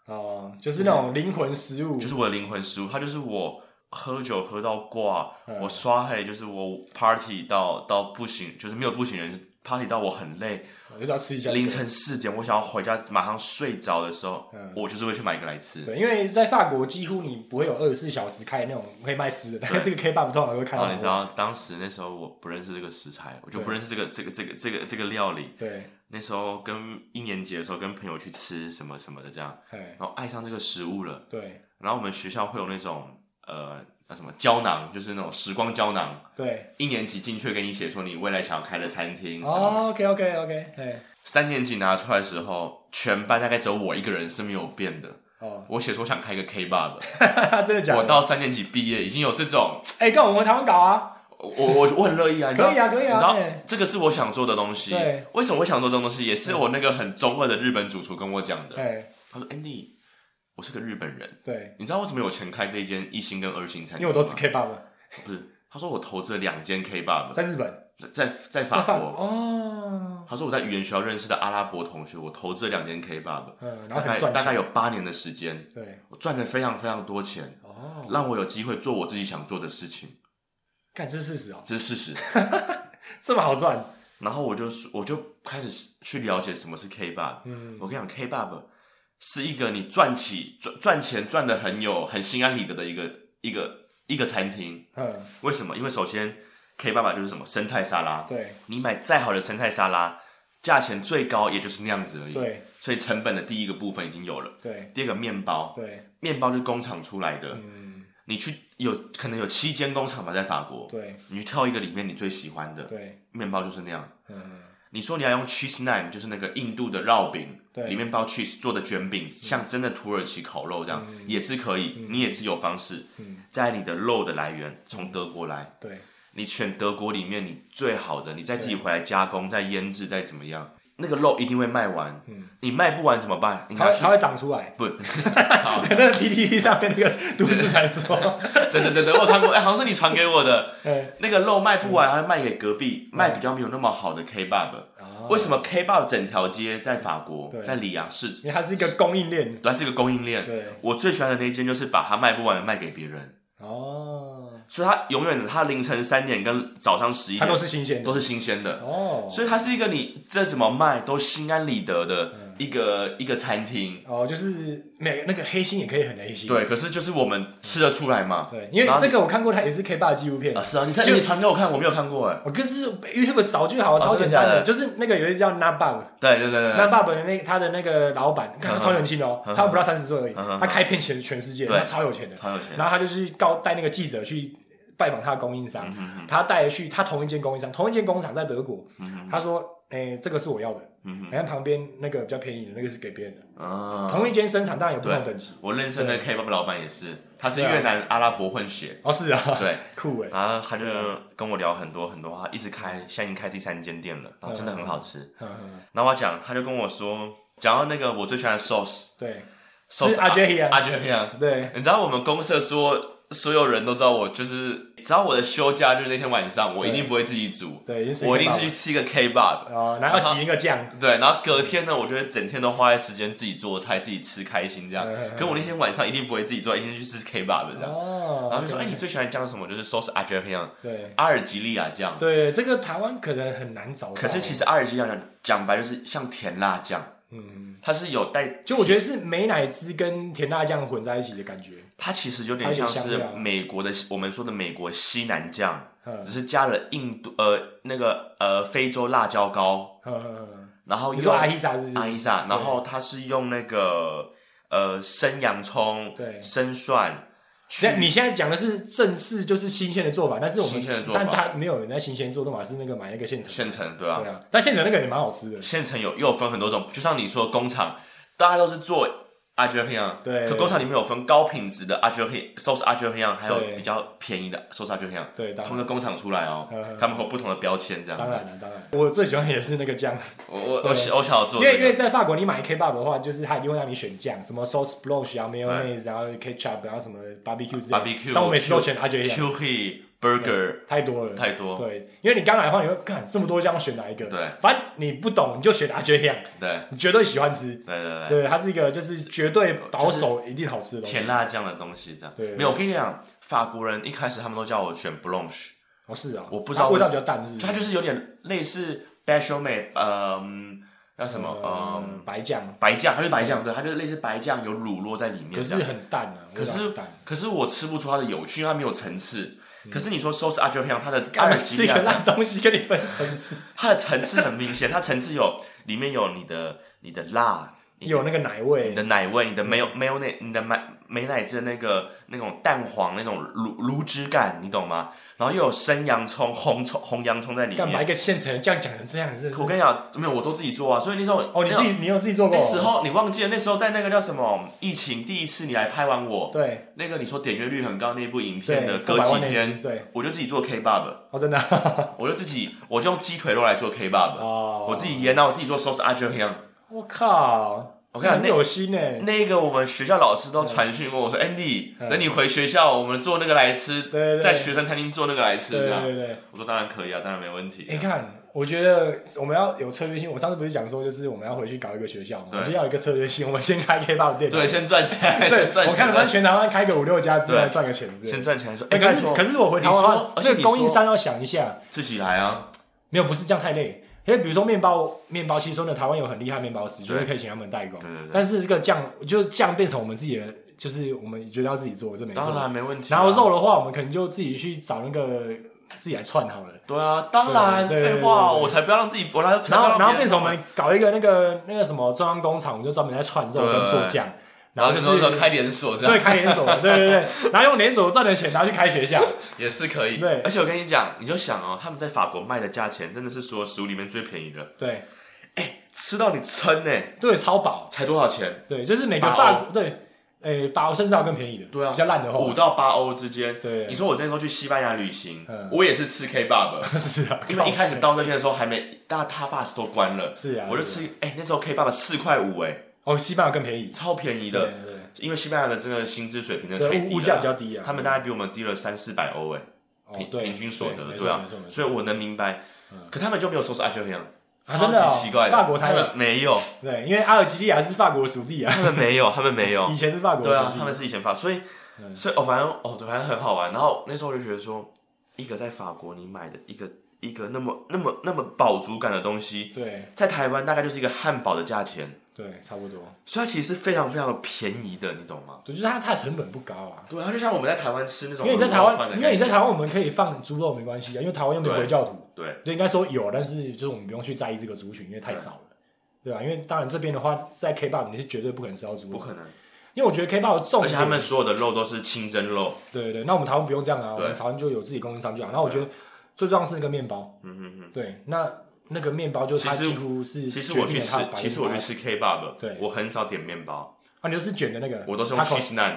哦，就是那种灵魂食物，啊
就是我的灵魂食物，它就是我喝酒喝到挂，
嗯
我刷黑就是我 party 到到不行，就是没有不行人 party 到我很累，
就是要吃一下这个
凌。晨四点我想要回家马上睡着的时候，
嗯
我就是会去买一个来吃。
对，因为在法国几乎你不会有二十四小时开那种可以卖吃的， *laughs* 但是这个 K pub 通常都会看
然
到。
哦后你知？道，当时那时候我不认识这个食材，我就不认识这个这个这个这个这个料理。
对，
那时候跟一年级的时候跟朋友去吃什么什么的这样，
哎，
然后爱上这个食物了。
对
然后我们学校会有那种呃那什么胶囊，就是那种时光胶囊，
对。
一年级进去给你写说你未来想要开的餐厅什么。
哦，OK OK OK，哎，
三年级拿出来的时候，全班大概只有我一个人是没有变的，
哦， *laughs*
我写说想开一个 K bar 的，
真的假的？
我到三年级毕业已经有这种，
哎，跟我们台湾搞啊，
我我我很乐意啊，你知道
可以啊可以啊
你知道
哎
这个是我想做的东西
对。
为什么我想做这种东西？也是我那个很中二的日本主厨跟我讲的。
哎，
他说：“Andy，我是个日本人，
对，
你知道为什么有钱开这一间一星跟二星餐
因为
厅
*laughs*
吗？
我都吃 K bar 嘛，
不是，他说我投资了两间 K bar，
在日本，
在在在
在
法
饭
国。
哦，
他说我在语言学校认识的阿拉伯同学，我投资了两间 K bar，
嗯，然
大
后很
概
赚
大概
钱，
有八年的时间，
对，
我赚了非常非常多钱，
哦，
让我有机会做我自己想做的事情，
干这是事实哦，
这是事实。
这么好赚，
然后我就说我就开始去了解什么是 K bar。
嗯，
我跟你讲，K bar 是一个你赚起赚赚钱赚的很有很心安理得的一个一个一个餐厅。
嗯，
为什么？因为首先 K 爸爸就是什么生菜沙拉，
对
你买再好的生菜沙拉，价钱最高也就是那样子而已。，
对
所以成本的第一个部分已经有了。
对
第二个面包，
对，
面包就是工厂出来的，
嗯，
你去有可能有七间工厂吧，在法国，
对
你去挑一个里面你最喜欢的
对，
面包就是那样。
嗯，
你说你要用 cheese naan，就是那个印度的烙饼，
对
里面包 cheese 做的卷饼，像真的土耳其烤肉这样、也是可以，你也是有方式。
嗯
在你的肉的来源从德国来，
对，
你选德国里面你最好的，你再自己回来加工、再腌制、再怎么样，那个肉一定会卖完。
嗯
你卖不完怎么办？你
它
拿
会
去
它会长出来， *laughs*
不？
那个 PPT 上面那个都市传
*laughs*
说，
对对对对，我有看 *laughs* 过，哎，嗯好像是你传给我的。
嗯，
那个肉卖不完，还会卖给隔壁卖比较没有那么好的 K Bob。为
哦
什么 K Bob 整条街在法国，
对
在里昂市，
因为它是一个供应链，
它是一个供应链。
对，
我最喜欢的那一间就是把它卖不完的卖给别人，
哦，
所以它永远它凌晨三点跟早上十一
它
点
都是新鲜的，
都是新鲜的。
哦，
所以它是一个你这怎么卖都心安理得的一
嗯
个、一个餐厅。
哦，就是每个那个黑心也可以很黑心，
对，可是就是我们吃得出来嘛。
对，因为
然后
这个我看过，它也啊是 K 爸的纪录片
啊，。是啊，你在
就
你传给我看，我没有看过哎。
我可是 YouTube 早就好，
哦
超
真的
简单
假
的，嗯
的
就是那个有一个叫 Nabab，
对对对对
n 爸爸的那他的那个老板，看他超年轻哦，他不到三十岁而已，
嗯哼
他开遍全全世界，
对
他超有钱的
对，。超有钱。
然后他就是告带那个记者去拜访他的供应商，他带去他同一间供应商，同一间工厂在德国，他说：“哎，这个是我要的。”你看旁边那个比较便宜的那个是给别人的，
啊，
同一间生产当然有不同等级。
我认识那 K 爸爸老板也是，他是
对啊
越南阿拉伯混血，
哦，是啊， *laughs*
对，
酷哎，
然后他就跟我聊很多很多话，一直开，现在已经开第三间店了，然后真的很好吃。
嗯嗯，
然后我讲，他就跟我说，讲到那个我最喜欢的 sauce，
对，
sauce
是阿杰黑啊
阿杰黑啊，
对，
你知道我们公社说，所有人都知道我就是，只要我的休假日那天晚上，我一定不会自己煮，
对已经是
我
K
一定
bar
是去吃一个 K bar 的。
哦，然后挤一个酱，
对，然后隔天呢，我就会整天都花在时间自己做菜、自己吃，开心这样
嗯嗯嗯。
可我那天晚上一定不会自己做，一定去吃 K bar 的这样。
哦，
然后就说：“哎，
对
你最喜欢酱什么？就是说是阿杰黑酱，
对
阿尔及利亚酱。
对，这个台湾可能很难找到，
可是其实阿尔及利亚酱讲白就是像甜辣酱，
嗯。
它是有带，
就我觉得是美乃滋跟甜辣酱混在一起的感觉，
它其实有点像
它有
是
点香料
美国的我们说的美国西南酱。”
嗯
只是加了印度呃那个呃非洲辣椒膏，
嗯嗯，
然后
嗯你
用
说阿伊莎是不是？
阿伊萨，然后它是用那个呃生洋葱、
对
生蒜去
那你现在讲的是正式就是新鲜的做法，但是我们
新鲜的做法
但他没有人在新鲜做，都嘛是那个买那个现成，
现成，对吧、
对啊，但现成那个也蛮好吃的，
现成有又有分很多种，就像你说工厂，大家都是做。阿杰黑样，
对
可工厂里面有分高品质的阿杰黑 sauce 阿杰黑样，还有
对
比较便宜的 sauce 阿杰黑样，
对当然
同一个工厂出来哦
嗯嗯，
他们会有不同的标签这样
当然
子。
了，当然，我最喜欢也是那个酱，
我我我我想要
因
哦做这
为因为
个，
在法国你买 K b o b 的话，就是他一定会让你选酱，什么 sauce blanche 啊，mayonnaise，然后 ketchup，然后什么 barbecue 之类的
barbecue
但我每次都选阿杰
Q H burger
太多了，
太多
对，因为你刚来的话，你会看这么多酱选哪一个？
对，
反正你不懂你就选阿杰酱，
对
你绝对喜欢吃。
对对对，
对，它是一个就是绝对保守一定好吃的东西。
甜辣酱的东西，这样
对
没有。我跟你讲，法国人一开始他们都叫我选 blanche，
哦，是啊，
我不知道
它味道
为
比较淡，是不是？
它就是有点类似 bechamel，嗯，叫什么，嗯，
嗯白酱，
白酱，它是白酱，对，它就是类似白酱有乳酪在里面
可
这
是
样。
很淡啊，
可
味道
是
很淡。
可是我吃不出它的有趣，因为它没有层次。可是你说 sauce a j a p a n 它的阿
嗯干
尔
嘛
及
吃
利
一
亚
个
酱，
烂东西跟你分层次？
它的层次很明显，它层次有里面有你的你的辣，
有那个奶
你
味
的，奶味，你的没有没有奶，你的奶美奶汁的那个那种蛋黄那种卤卤汁感，你懂吗？然后又有生洋葱、红葱、红洋葱在里
干嘛一
面。
个现成的酱讲成这样，真的是
我跟你讲，没有，我都自己做啊。所以那时候，
哦，你自
那种
己你有自己做过？
那时候你忘记了，那时候在那个叫什么疫情第一次你来拍完我，
对
那个你说点阅率很高那部影
对，
片的，
过
隔
百
几
万那一集
天
对，
我就自己做 K Bob，
哦，真的啊
我就自己我就用鸡腿肉来做 K
*laughs*
Bob，
哦，
我自，己腌，然后我自己做 sauce a j
我靠，
我看
很
那
有心呢，
那个我们学校老师都传讯跟我说，Andy，哎
嗯
等你回学校，我们做那个来吃，
对对对
在学生餐厅做那个来吃，
对
这
对
样。
对对。
我说当然可以啊，当然没问
你
题。
看，我觉得我们要有策略性。我上次不是讲说，就是我们要回去搞一个学校嘛，我
对
们就要有一个策略性。我们先开 K 棒店，
对，先赚钱，
对
先赚
我看能不能
钱，
全台湾开个五六家之类
对
赚个钱之类
先
的。
赚钱。说，哎，
哎，可
拜
是
托
可是如果回台湾
你
的
说
话，
而且
这个
你说
供应商要想一下，
自己来啊，
没有不是这样太累。因为比如说面包，面包其实说呢，台湾有很厉害面包师，就是可以请他们代工。
对对对
但是这个酱，就是酱变成我们自己的，就是我们觉得要自己做，这没错。
当然没问题啊。
然后肉的话，我们可能就自己去找那个自己来串好了。
对啊，当然，
对对对
废话，
对对
我才不要让自己，我来，
然后然后变成
什
我
么？
们搞一个那个那个什么中央工厂，我们就专门在串肉跟做酱，
然后就说
是
说开连锁这
对
样，
开连锁，对对对，然后用连锁赚的钱拿去开学校，
也是可以。
对
而且我跟你讲，你就想哦，他们在法国卖的价钱真的是所有食物里面最便宜的，
对
吃到你撑呢，
对，超饱，
才多少钱？
对，就是每个
八
法
欧
国对，诶，把甚至还有更便宜的，
对啊
比较烂的
五
话，
到八欧之间。
对
你说我那时候去西班牙旅行
嗯，
我也是吃 K Bob，
*laughs* *laughs* 是啊，
因为一开始到那边的时候还没，大他 bus 都关了，
是啊
我就吃，哎，那时候 K Bob 四块五，哎，
哦，西班牙更便宜，
超便宜
对
的。
对
因为西班牙的真的薪资水平真的
对，
太
对物
低
物价比
了，
较低啊，
他们大概比我们低了三四百欧，哎，
哦
平
对
平均所得，
没
对
错
啊
没错没，错嗯
所以我能明白，可他们就没有收拾安全费，
啊
超
真的哦
级奇怪
法国
他
才有
们没有，
对，因为阿尔及利亚是法国属地啊，
他们没有，他们没有，
以前是法国
对
属
啊，
地
他们，是以前发，所以、
嗯
所以哦，反正哦，对，反正很好玩。然后那时候我就觉得说，一个在法国你买的一个一个那么那么那么饱足感的东西，
对
在台湾大概就是一个汉堡的价钱，
对，差不多，
所以它其实是非常非常的便宜的，你懂吗？
对，就是它它的成本不高啊，
对，它就像我们在台湾吃那种
因为你在台
卤肉饭
湾，
的
因
感
为你
觉，
在台湾，我们可以放猪肉没关系啊，因为台湾又没有
对
回教徒，
对
对，应该说有，但是就是我们不用去在意这个族群，因为太少了，对啊吧、因为当然这边的话，在 K bar 你是绝对不可能吃到猪
不
肉，
可能，
因为我觉得 K bar 的重
而且
点，
他们所有的肉都是清蒸肉，
对对对，那我们台湾不用这样啊，我
对啊
们台湾就有自己供应商就好。然后我觉得最重要是那个面包，
嗯哼哼。
对，那那个面包就是它
其实
几乎是
其实我去吃，其实我去吃 K Bob，
对
我很少点面包，
啊，你就是卷的那个，
我都是用
taco
cheese naan，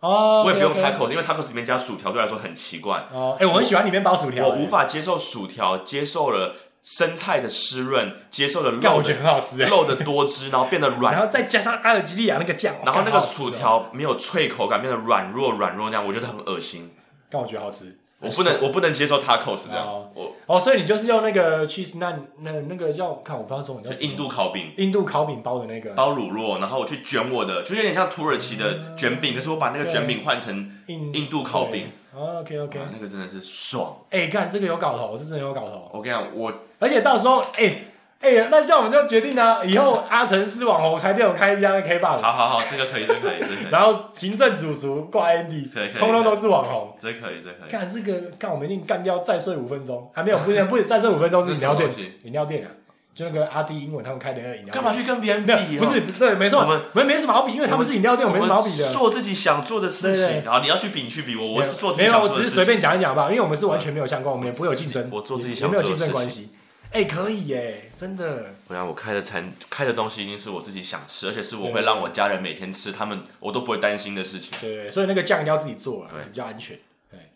哦，
我也不用
OK，OK
tacos，因为 tacos 里面加薯条对我来说很奇怪，
哦，哎，我很喜欢里面包薯条，欸
我无法接受薯条，接受了生菜的湿润，接受了
哎，干
肉
我觉得
的
很好吃哎，
肉的多汁，然后变得
然
软，
后再加上阿尔及利亚那个酱，
然后
干
那个
好好吃哦
薯，条没有脆口感，变得软弱软弱那样，我觉得很恶心。
但我觉得好吃。
我不能，我不能接受 tacos 这样
哦，
我
哦，所以你就是用那个 cheese 那那那个叫看我不知道中文叫
就
什么
印度哦烤饼
印度烤饼包的那个
包乳酪，然后我去卷我的，就有点像土耳其
嗯
的卷饼，可是我把那个卷饼换成
印
印度烤饼，。
OK OK，
哇那个真的是爽。
哎，看这个有搞头，这真的有搞头，
我跟你讲，我
而且到时候哎哎，那这样我们就决定呢，以后阿成是网红开店，我开一家 K bar，
好好好，这个可以，这个可以，这个可以，
然后行政主厨挂
可以
Andy，
可以
通通都是网红。
这个可以，这个可以。
干这个干，我们一定干掉再睡五分钟，还没有，不是不是再睡五分钟是饮料店
*laughs* 这是什么东，
饮料店啊，就那个阿弟英文他们开的那个饮料店。
干嘛去跟别人比
没
啊？
有，不是，不是对，没错，
我
我
们
们没什么好比，因为他们是饮料店，我
我
们没什么好比的。
做自己想做的事
对
情。
对
然后你要去比，你去比我，我是做自
没有，
己想
我
做的
只
事
是
情。
随便讲一讲好不好？因为我们是完全没有相关，我们也不会有竞争，
我做自己
也
想
也没
做
有
的
竞争
事
关
情
系。哎，可以耶，真的，
不然我开的餐开的东西一定是我自己想吃，而且是我
对
会让我家人每天吃，他们我都不会担心的事情。
对，所以那个酱一定要自己做啊
对，
比较安全。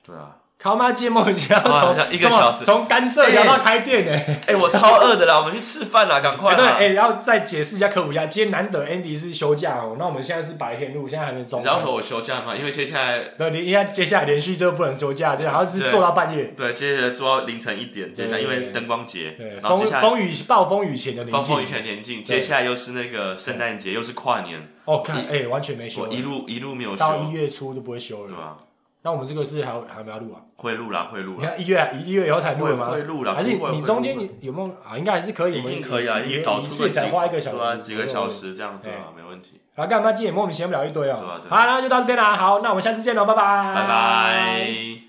对啊，
烤妈芥末酱
哇
从
啊一个小时
什么从甘蔗聊到开店哎，
哎、我超饿的啦，我们去吃饭啦，赶快
哎
啊
对，
啦！
哎，然后再解释一下科普一下，今天难得 Andy 是休假哦，那我们现在是白天录，现在还没中
你
午。
知道说我休假吗？因为接下来
对，你应该接下来连续就不能休假，就好像是
对
做到半夜。
对，接下来做到凌晨一点，接下来因
对对
为灯光节
对，，
然后
风
接下来
风雨暴风雨前的宁
风
静
风雨前年近，
对
接下来又是那个圣诞节，又是跨年，
哦，看，哎、完全没休
我，一路一路没有
到一
休，
月初就不会休
对啊
了。
吧？
那我们这个是还有还没有录啊？
会录啦，会录
你
啦，
看一月一月以后才录吗？
会会录啦
还是
会会
你中间有没有啊？应该还是可以，
一定可以
我
啊，
们
一
一
早
一
出
次
个几
才花一个小时，
对啊，几个小。时这样对啊，没问题。
然后干嘛？今天也莫名其妙聊一堆哦。
对啊对啊
好，那就到这边啦。好，那我们下次见喽，拜拜，
拜拜。